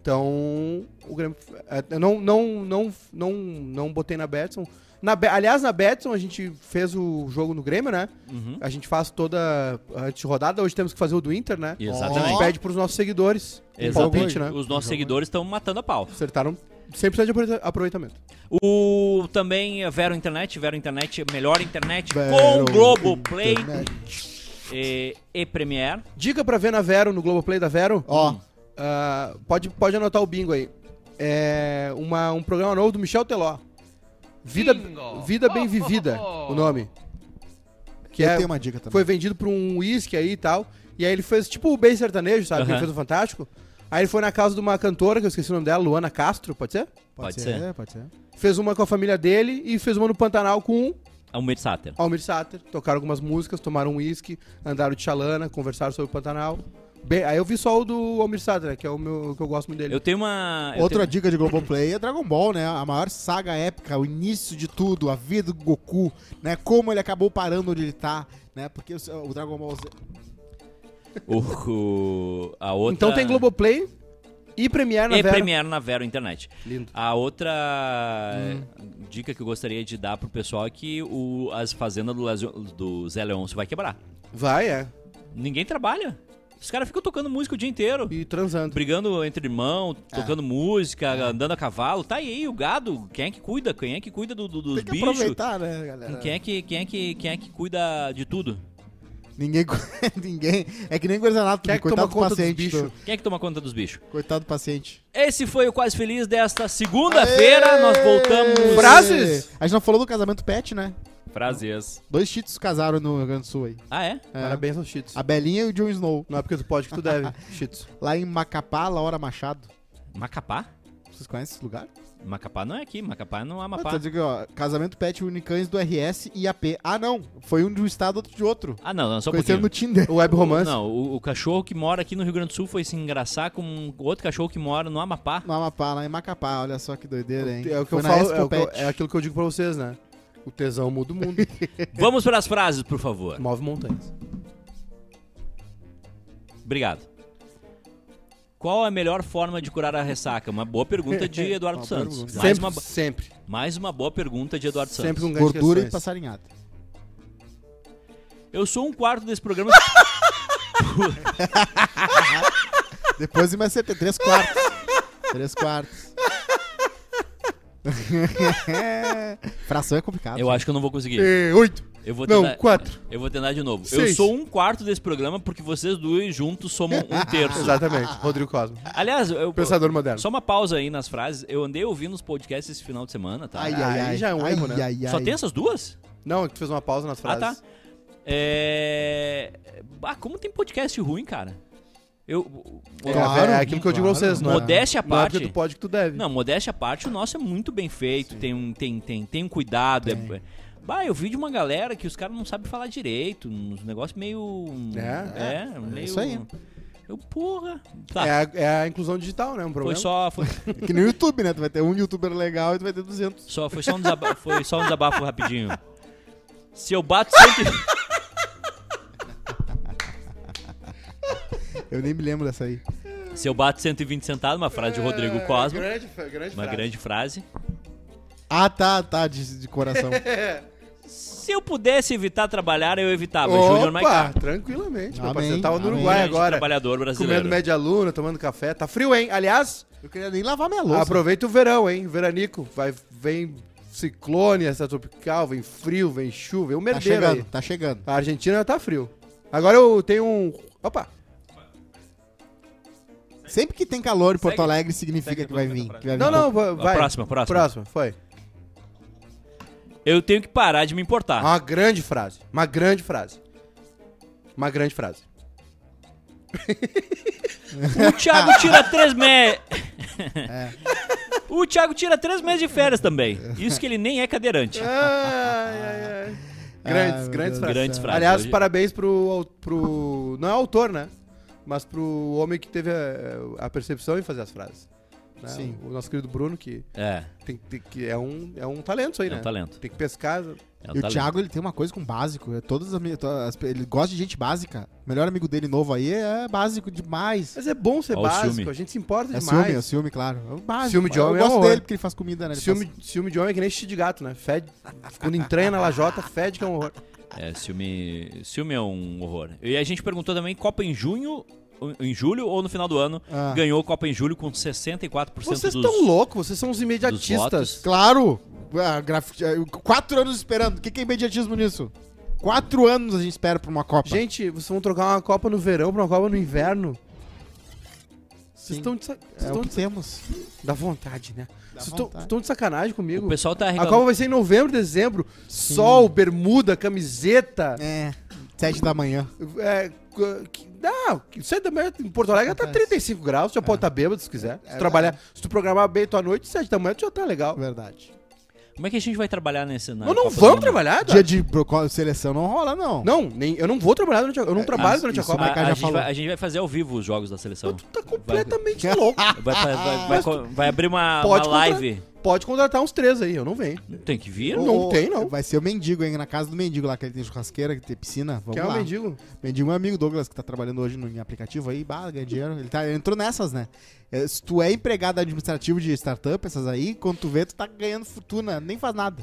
Speaker 4: Então, o Grêmio. é, Eu não, não, não, não, não botei na Betson. Na, Be- aliás, na Betson a gente fez o jogo no Grêmio, né?
Speaker 1: Uhum.
Speaker 4: A gente faz toda antes de rodada. Hoje temos que fazer o do Inter, né? A gente
Speaker 1: Exatamente.
Speaker 4: pede pros nossos seguidores. o
Speaker 1: Exatamente.
Speaker 4: palpite, né?
Speaker 1: Os nossos seguidores estão matando a pau.
Speaker 4: Acertaram 100% de aproveita- aproveitamento.
Speaker 1: O também a Vero Internet, Vero Internet, melhor internet
Speaker 2: Vero
Speaker 1: com Globoplay
Speaker 2: Internet.
Speaker 1: e, e Premiere.
Speaker 4: Dica pra ver na Vero, no Globoplay da Vero.
Speaker 2: Ó,
Speaker 4: Ah, pode, pode anotar o bingo aí. É uma, um programa novo do Michel Teló. Vida, Vida Bem Vivida, o nome. Que
Speaker 2: eu
Speaker 4: é,
Speaker 2: tenho uma dica também.
Speaker 4: foi vendido pra um uísque aí e tal. E aí ele fez tipo o bem sertanejo, sabe? Que
Speaker 1: Aham.
Speaker 4: ele fez o Fantástico. Aí ele foi na casa de uma cantora, que eu esqueci o nome dela, Luana Castro, pode ser?
Speaker 1: Pode ser.
Speaker 2: É, pode ser.
Speaker 4: Fez uma com a família dele e fez uma no Pantanal com
Speaker 1: Almir É um Sater.
Speaker 4: Almir Sater. Tocaram algumas músicas, tomaram um uísque, andaram de chalana, conversaram sobre o Pantanal. Bem, aí eu vi só o do Almir Sater, né, que é o meu, que eu gosto muito dele.
Speaker 1: Eu tenho uma eu
Speaker 2: Outra
Speaker 1: tenho-
Speaker 2: dica de Globoplay é Dragon Ball, né? A maior saga épica, o início de tudo, a vida do Goku, né? Como ele acabou parando onde ele tá, né? Porque o, o Dragon Ball Z...
Speaker 1: o- o- a outra
Speaker 4: Então tem Globoplay e Premiere na
Speaker 1: e
Speaker 4: Vera.
Speaker 1: Premiere na Vero Internet.
Speaker 4: Lindo.
Speaker 1: A outra eh, dica que eu gostaria de dar pro pessoal é que o, as fazendas do, Lazio- do Zé Leôncio vai quebrar.
Speaker 4: Vai, é.
Speaker 1: Ninguém trabalha. Os caras ficam tocando música o dia inteiro.
Speaker 4: E transando.
Speaker 1: brigando entre irmão,
Speaker 2: É.
Speaker 1: tocando música, andando a cavalo. Tá aí o gado. Quem é que cuida? Quem é que cuida do, do- dos
Speaker 2: Tem que
Speaker 1: bichos?
Speaker 4: Tá,
Speaker 2: aproveitar, né, galera?
Speaker 1: Quem é que, quem é que, quem é que cuida de tudo?
Speaker 2: Ninguém... cu- ninguém... É que nem Guarzanato,
Speaker 4: Quem é que
Speaker 2: coitado
Speaker 4: toma
Speaker 2: do
Speaker 4: conta dos
Speaker 2: paciente.
Speaker 4: bichos?
Speaker 1: Quem é que toma conta dos bichos?
Speaker 2: do- Coitado do paciente.
Speaker 1: Esse foi o Quase Feliz desta segunda-feira. Nós voltamos.
Speaker 4: Frases?
Speaker 2: A gente não falou do casamento pet, né?
Speaker 1: Frases.
Speaker 2: Dois cheetos casaram no Rio Grande do Sul aí.
Speaker 1: Ah, é?
Speaker 2: É.
Speaker 4: Parabéns aos cheats.
Speaker 2: A Belinha e o Jon Snow.
Speaker 4: Não é porque tu pode que tu deve, cheats.
Speaker 2: Lá em Macapá, Laura Machado.
Speaker 1: Macapá?
Speaker 2: Vocês conhecem esse lugar?
Speaker 1: Macapá não é aqui. Macapá não é
Speaker 2: Ah,
Speaker 1: Amapá.
Speaker 2: tá dizendo aqui, ó, casamento pet unicães do RS e AP. Ah, não. Foi um de um estado, outro de outro.
Speaker 1: Ah, não, não, só um
Speaker 2: Conhecendo no
Speaker 1: pouquinho.
Speaker 2: Tinder.
Speaker 4: O web romance.
Speaker 1: Não, o, o cachorro que mora aqui no Rio Grande do Sul foi se engraçar com um outro cachorro que mora no Amapá.
Speaker 2: No Amapá, lá em Macapá. Olha só que doideira, hein?
Speaker 4: É o que
Speaker 2: Foi
Speaker 4: eu
Speaker 2: na
Speaker 4: falo,
Speaker 2: Expo
Speaker 4: é, o que eu-
Speaker 2: Pet.
Speaker 4: é aquilo que eu digo pra vocês, né? O tesão muda o mundo,
Speaker 1: Vamos para as frases, por favor.
Speaker 4: move montanhas.
Speaker 1: Obrigado. Qual a melhor forma de curar a ressaca? Uma boa pergunta de Eduardo
Speaker 2: Uma boa
Speaker 1: Santos.
Speaker 2: pergunta.
Speaker 1: Mais
Speaker 4: Sempre,
Speaker 1: uma, bo-
Speaker 4: sempre.
Speaker 1: mais uma boa pergunta de Eduardo
Speaker 4: Sempre
Speaker 1: Santos.
Speaker 4: um gancho de
Speaker 2: Gordura e
Speaker 4: questões.
Speaker 2: passarinhada.
Speaker 1: Eu sou um quarto desse programa.
Speaker 2: Depois de mais certeza, três quartos. três quartos. Fração é complicado.
Speaker 1: eu acho Tá. que eu não vou conseguir.
Speaker 4: É, oito.
Speaker 1: Eu vou
Speaker 4: Não,
Speaker 1: tentar,
Speaker 4: quatro.
Speaker 1: Eu vou tentar de novo. Eu
Speaker 4: Seis.
Speaker 1: sou um quarto desse programa porque vocês dois juntos somam um terço.
Speaker 4: Exatamente, Rodrigo Cosmo.
Speaker 1: Aliás, eu,
Speaker 4: Pensador moderno.
Speaker 1: só uma pausa aí nas frases. Eu andei ouvindo os podcasts esse final de semana, tá?
Speaker 2: Ai,
Speaker 4: Aí
Speaker 2: ai, ai.
Speaker 4: já é um
Speaker 2: ai,
Speaker 4: erro, né?
Speaker 2: ai,
Speaker 1: Só
Speaker 2: ai.
Speaker 1: tem essas duas?
Speaker 4: Não, é que tu fez uma pausa nas frases.
Speaker 1: Ah, tá. É... Ah, como tem podcast ruim, cara? Eu...
Speaker 4: É,
Speaker 2: Claro,
Speaker 4: é aquilo que eu digo pra
Speaker 2: claro.
Speaker 4: vocês, não é?
Speaker 1: Modéstia à
Speaker 4: Não é porque
Speaker 1: parte...
Speaker 4: tu pode que tu deve.
Speaker 1: Não, modéstia à parte, o nosso é muito bem feito, tem um, tem, tem, tem um cuidado. é- é- Bah, eu vi de uma galera que os caras não sabem falar direito, uns negócios meio.
Speaker 4: É,
Speaker 1: é, meio.
Speaker 2: isso aí.
Speaker 1: Eu, porra. Tá,
Speaker 4: É, a, é a inclusão digital, né? Um
Speaker 1: foi
Speaker 4: problema.
Speaker 1: só, foi,
Speaker 2: É Que nem o YouTube, né? Tu vai ter um youtuber legal e tu vai ter 200.
Speaker 1: só, foi, só um desaba- foi só um desabafo rapidinho. Se eu bato cento e-
Speaker 2: Eu nem me lembro dessa aí.
Speaker 1: Se eu bato 120 centavos, uma frase de Rodrigo Cosmo.
Speaker 4: É, Grande, grande
Speaker 1: Uma grande frase.
Speaker 2: Ah, tá, tá, de, de coração.
Speaker 1: Se eu pudesse evitar trabalhar, eu evitava. Júnior
Speaker 4: Opa,
Speaker 1: Ah, Maiká.
Speaker 4: tranquilamente, meu
Speaker 2: Amém,
Speaker 4: parceiro. Tava no
Speaker 2: amém.
Speaker 4: Uruguai
Speaker 1: grande
Speaker 4: agora,
Speaker 1: Trabalhador brasileiro.
Speaker 4: comendo média luna, tomando café. Tá frio, hein? Aliás,
Speaker 2: Eu queria nem lavar minha louça.
Speaker 4: aproveita o verão, hein? Veranico, vai, vem ciclone, essa tropical, vem frio, vem chuva, vem um
Speaker 2: tá
Speaker 4: merdeiro
Speaker 2: chegando,
Speaker 4: aí.
Speaker 2: tá chegando.
Speaker 4: A Argentina tá frio. Agora eu tenho um... Opa,
Speaker 2: Sempre que tem calor em Porto
Speaker 1: Segue.
Speaker 2: Alegre, significa
Speaker 1: Segue
Speaker 2: que vai
Speaker 1: depois
Speaker 2: vir.
Speaker 1: da
Speaker 2: que vai vir
Speaker 4: não,
Speaker 2: com-
Speaker 4: não, va- vai.
Speaker 1: próxima, próxima.
Speaker 4: Próxima, foi.
Speaker 1: Eu tenho que parar de me importar.
Speaker 4: Uma grande frase, uma grande frase. Uma grande frase. Ah.
Speaker 1: O Thiago tira três meses.
Speaker 4: É.
Speaker 1: O Thiago tira três meses de férias também. Isso que ele nem é cadeirante.
Speaker 4: Ai, ai, ai. Grandes,
Speaker 2: meu
Speaker 4: grandes
Speaker 2: Deus
Speaker 4: frases.
Speaker 1: Grandes frases.
Speaker 4: Aliás,
Speaker 1: Hoje-
Speaker 4: parabéns pro, au- pro. Não é autor, né? Mas pro homem que teve a, a percepção em fazer as frases. né?
Speaker 2: Sim.
Speaker 4: O nosso querido Bruno, que,
Speaker 1: É,
Speaker 4: tem- tem- que é, um, é um talento isso aí,
Speaker 1: é
Speaker 4: né?
Speaker 1: um talento.
Speaker 4: Tem que pescar.
Speaker 1: É um
Speaker 2: E o
Speaker 1: talento.
Speaker 2: Thiago, ele tem uma coisa com básico. é Todas as, mi- to- as- ele gosta de gente básica. O melhor amigo dele novo aí é básico demais.
Speaker 4: Mas é bom ser
Speaker 1: Ó o
Speaker 4: básico,
Speaker 1: ciúme.
Speaker 4: a gente se importa
Speaker 2: É ciúme, é
Speaker 4: demais.
Speaker 2: ciúme, claro. É o básico.
Speaker 4: Ciúme de
Speaker 2: Eu
Speaker 4: homem é
Speaker 2: gosto
Speaker 4: horror.
Speaker 2: dele porque ele faz comida, né? Ele
Speaker 4: Ciúme, ciúme de homem é que nem xixi de gato, né? Fede. Quando entranha na lajota, fede que é um horror.
Speaker 1: É, ciúme, ciúme é um horror. E a gente perguntou também, Copa em junho, em julho ou no final do ano,
Speaker 2: Ah.
Speaker 1: ganhou Copa em julho com 64% dos...
Speaker 4: Vocês estão loucos, vocês são os
Speaker 1: votos?
Speaker 4: imediatistas.
Speaker 2: Claro! Ah, graf- ah, eu- Quatro anos esperando. O que que é imediatismo nisso? Quatro anos a gente espera pra uma Copa.
Speaker 4: Gente, vocês vão trocar uma Copa no verão pra uma Copa no inverno? Vocês estão de, sa- vocês
Speaker 2: é
Speaker 4: estão
Speaker 2: o que
Speaker 4: de
Speaker 2: temos.
Speaker 4: Dá vontade, né?
Speaker 2: Dá
Speaker 4: Vocês estão
Speaker 2: vontade.
Speaker 4: estão de sacanagem
Speaker 1: O
Speaker 4: comigo.
Speaker 1: pessoal tá
Speaker 4: A
Speaker 1: arrecadando...
Speaker 4: Copa vai ser em novembro, dezembro. Sol, bermuda, camiseta.
Speaker 2: É, sete da manhã.
Speaker 4: É, cu- que- não, isso aí também. Em Porto Alegre tá 35 graus, já pode estar bêbado se quiser. Se, trabalhar, se tu programar bem tua noite, 7 da manhã, tu já tá legal.
Speaker 2: Verdade.
Speaker 1: Como é que a gente vai trabalhar nesse... na
Speaker 4: Nós não
Speaker 1: Copa do
Speaker 4: vamos
Speaker 1: Mundo?
Speaker 4: trabalhar,
Speaker 2: Dia
Speaker 4: Eduardo.
Speaker 2: de pro- co- seleção não rola, não.
Speaker 4: Não, nem, eu não vou trabalhar durante a Eu não trabalho
Speaker 2: isso-
Speaker 4: durante é a
Speaker 2: isso
Speaker 1: A,
Speaker 4: Copa.
Speaker 2: Maiká
Speaker 1: a
Speaker 2: já
Speaker 1: gente
Speaker 2: falou.
Speaker 1: vai, a gente vai fazer ao vivo os jogos da seleção.
Speaker 4: Tu tá completamente louco.
Speaker 1: Vai, vai, vai- vai- vai abrir uma, uma
Speaker 4: Pode contar-
Speaker 1: live.
Speaker 4: Pode contratar uns três aí, eu não venho.
Speaker 1: Tem que vir.
Speaker 4: Não tem, não.
Speaker 2: Vai ser o mendigo, hein? Na casa do mendigo lá, que ele tem churrasqueira, que tem piscina. Vamos
Speaker 4: Quer
Speaker 2: lá.
Speaker 4: um mendigo?
Speaker 2: Mendigo é um amigo Douglas que tá trabalhando hoje no em aplicativo aí, bah, ganha dinheiro. Ele, tá, ele entrou nessas, né? É, Se tu é empregado administrativo de startup, essas aí, quando tu vê, tu tá ganhando fortuna, nem faz nada.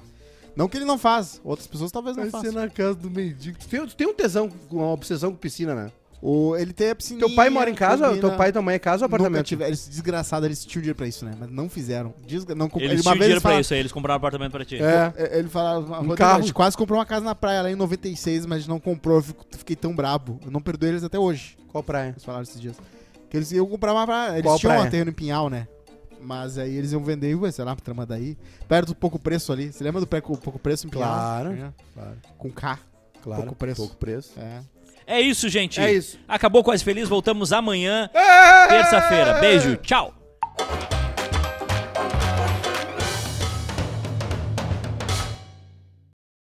Speaker 2: Não que ele não faz, outras pessoas talvez não
Speaker 4: Vai ser
Speaker 2: façam.
Speaker 4: na casa do mendigo. Tu tem, tu tem um tesão, uma obsessão com piscina, né?
Speaker 2: Ou ele tem a piscina.
Speaker 4: Teu pai mora em casa, teu pai e tua mãe é casa ou
Speaker 2: apartamento. Nunca
Speaker 4: apartamento?
Speaker 2: tiveram, eles, desgraçado, eles tinham dinheiro pra isso, né? Mas não fizeram. Desgra- não, comp-
Speaker 1: Eles
Speaker 2: uma
Speaker 1: tinham
Speaker 2: vez
Speaker 1: dinheiro pra
Speaker 2: falaram-
Speaker 1: isso, aí eles compraram um apartamento pra ti.
Speaker 4: É.
Speaker 2: É, Ele falava, Rodrigo,
Speaker 4: carro.
Speaker 2: a gente quase comprou uma casa na praia lá em 96, mas a gente não comprou, eu fico- fiquei tão brabo. Eu não perdoei eles até hoje,
Speaker 4: Qual praia?
Speaker 2: eles falaram esses dias. Que eles iam comprar uma praia, eles
Speaker 4: Qual
Speaker 2: tinham
Speaker 4: praia?
Speaker 2: um terreno em Pinhal, né? Mas aí eles iam vender, ué, sei lá, pra trama daí. Perto do Pouco Preço ali, você lembra do Pre- Pouco Preço em Pinhal?
Speaker 4: Claro,
Speaker 2: É.
Speaker 4: claro.
Speaker 2: Com K,
Speaker 4: Claro.
Speaker 2: Pouco preço.
Speaker 4: Pouco preço.
Speaker 2: é.
Speaker 1: É isso, gente.
Speaker 4: É isso. É.
Speaker 1: Acabou Quase Feliz, voltamos amanhã, terça-feira. Beijo, tchau.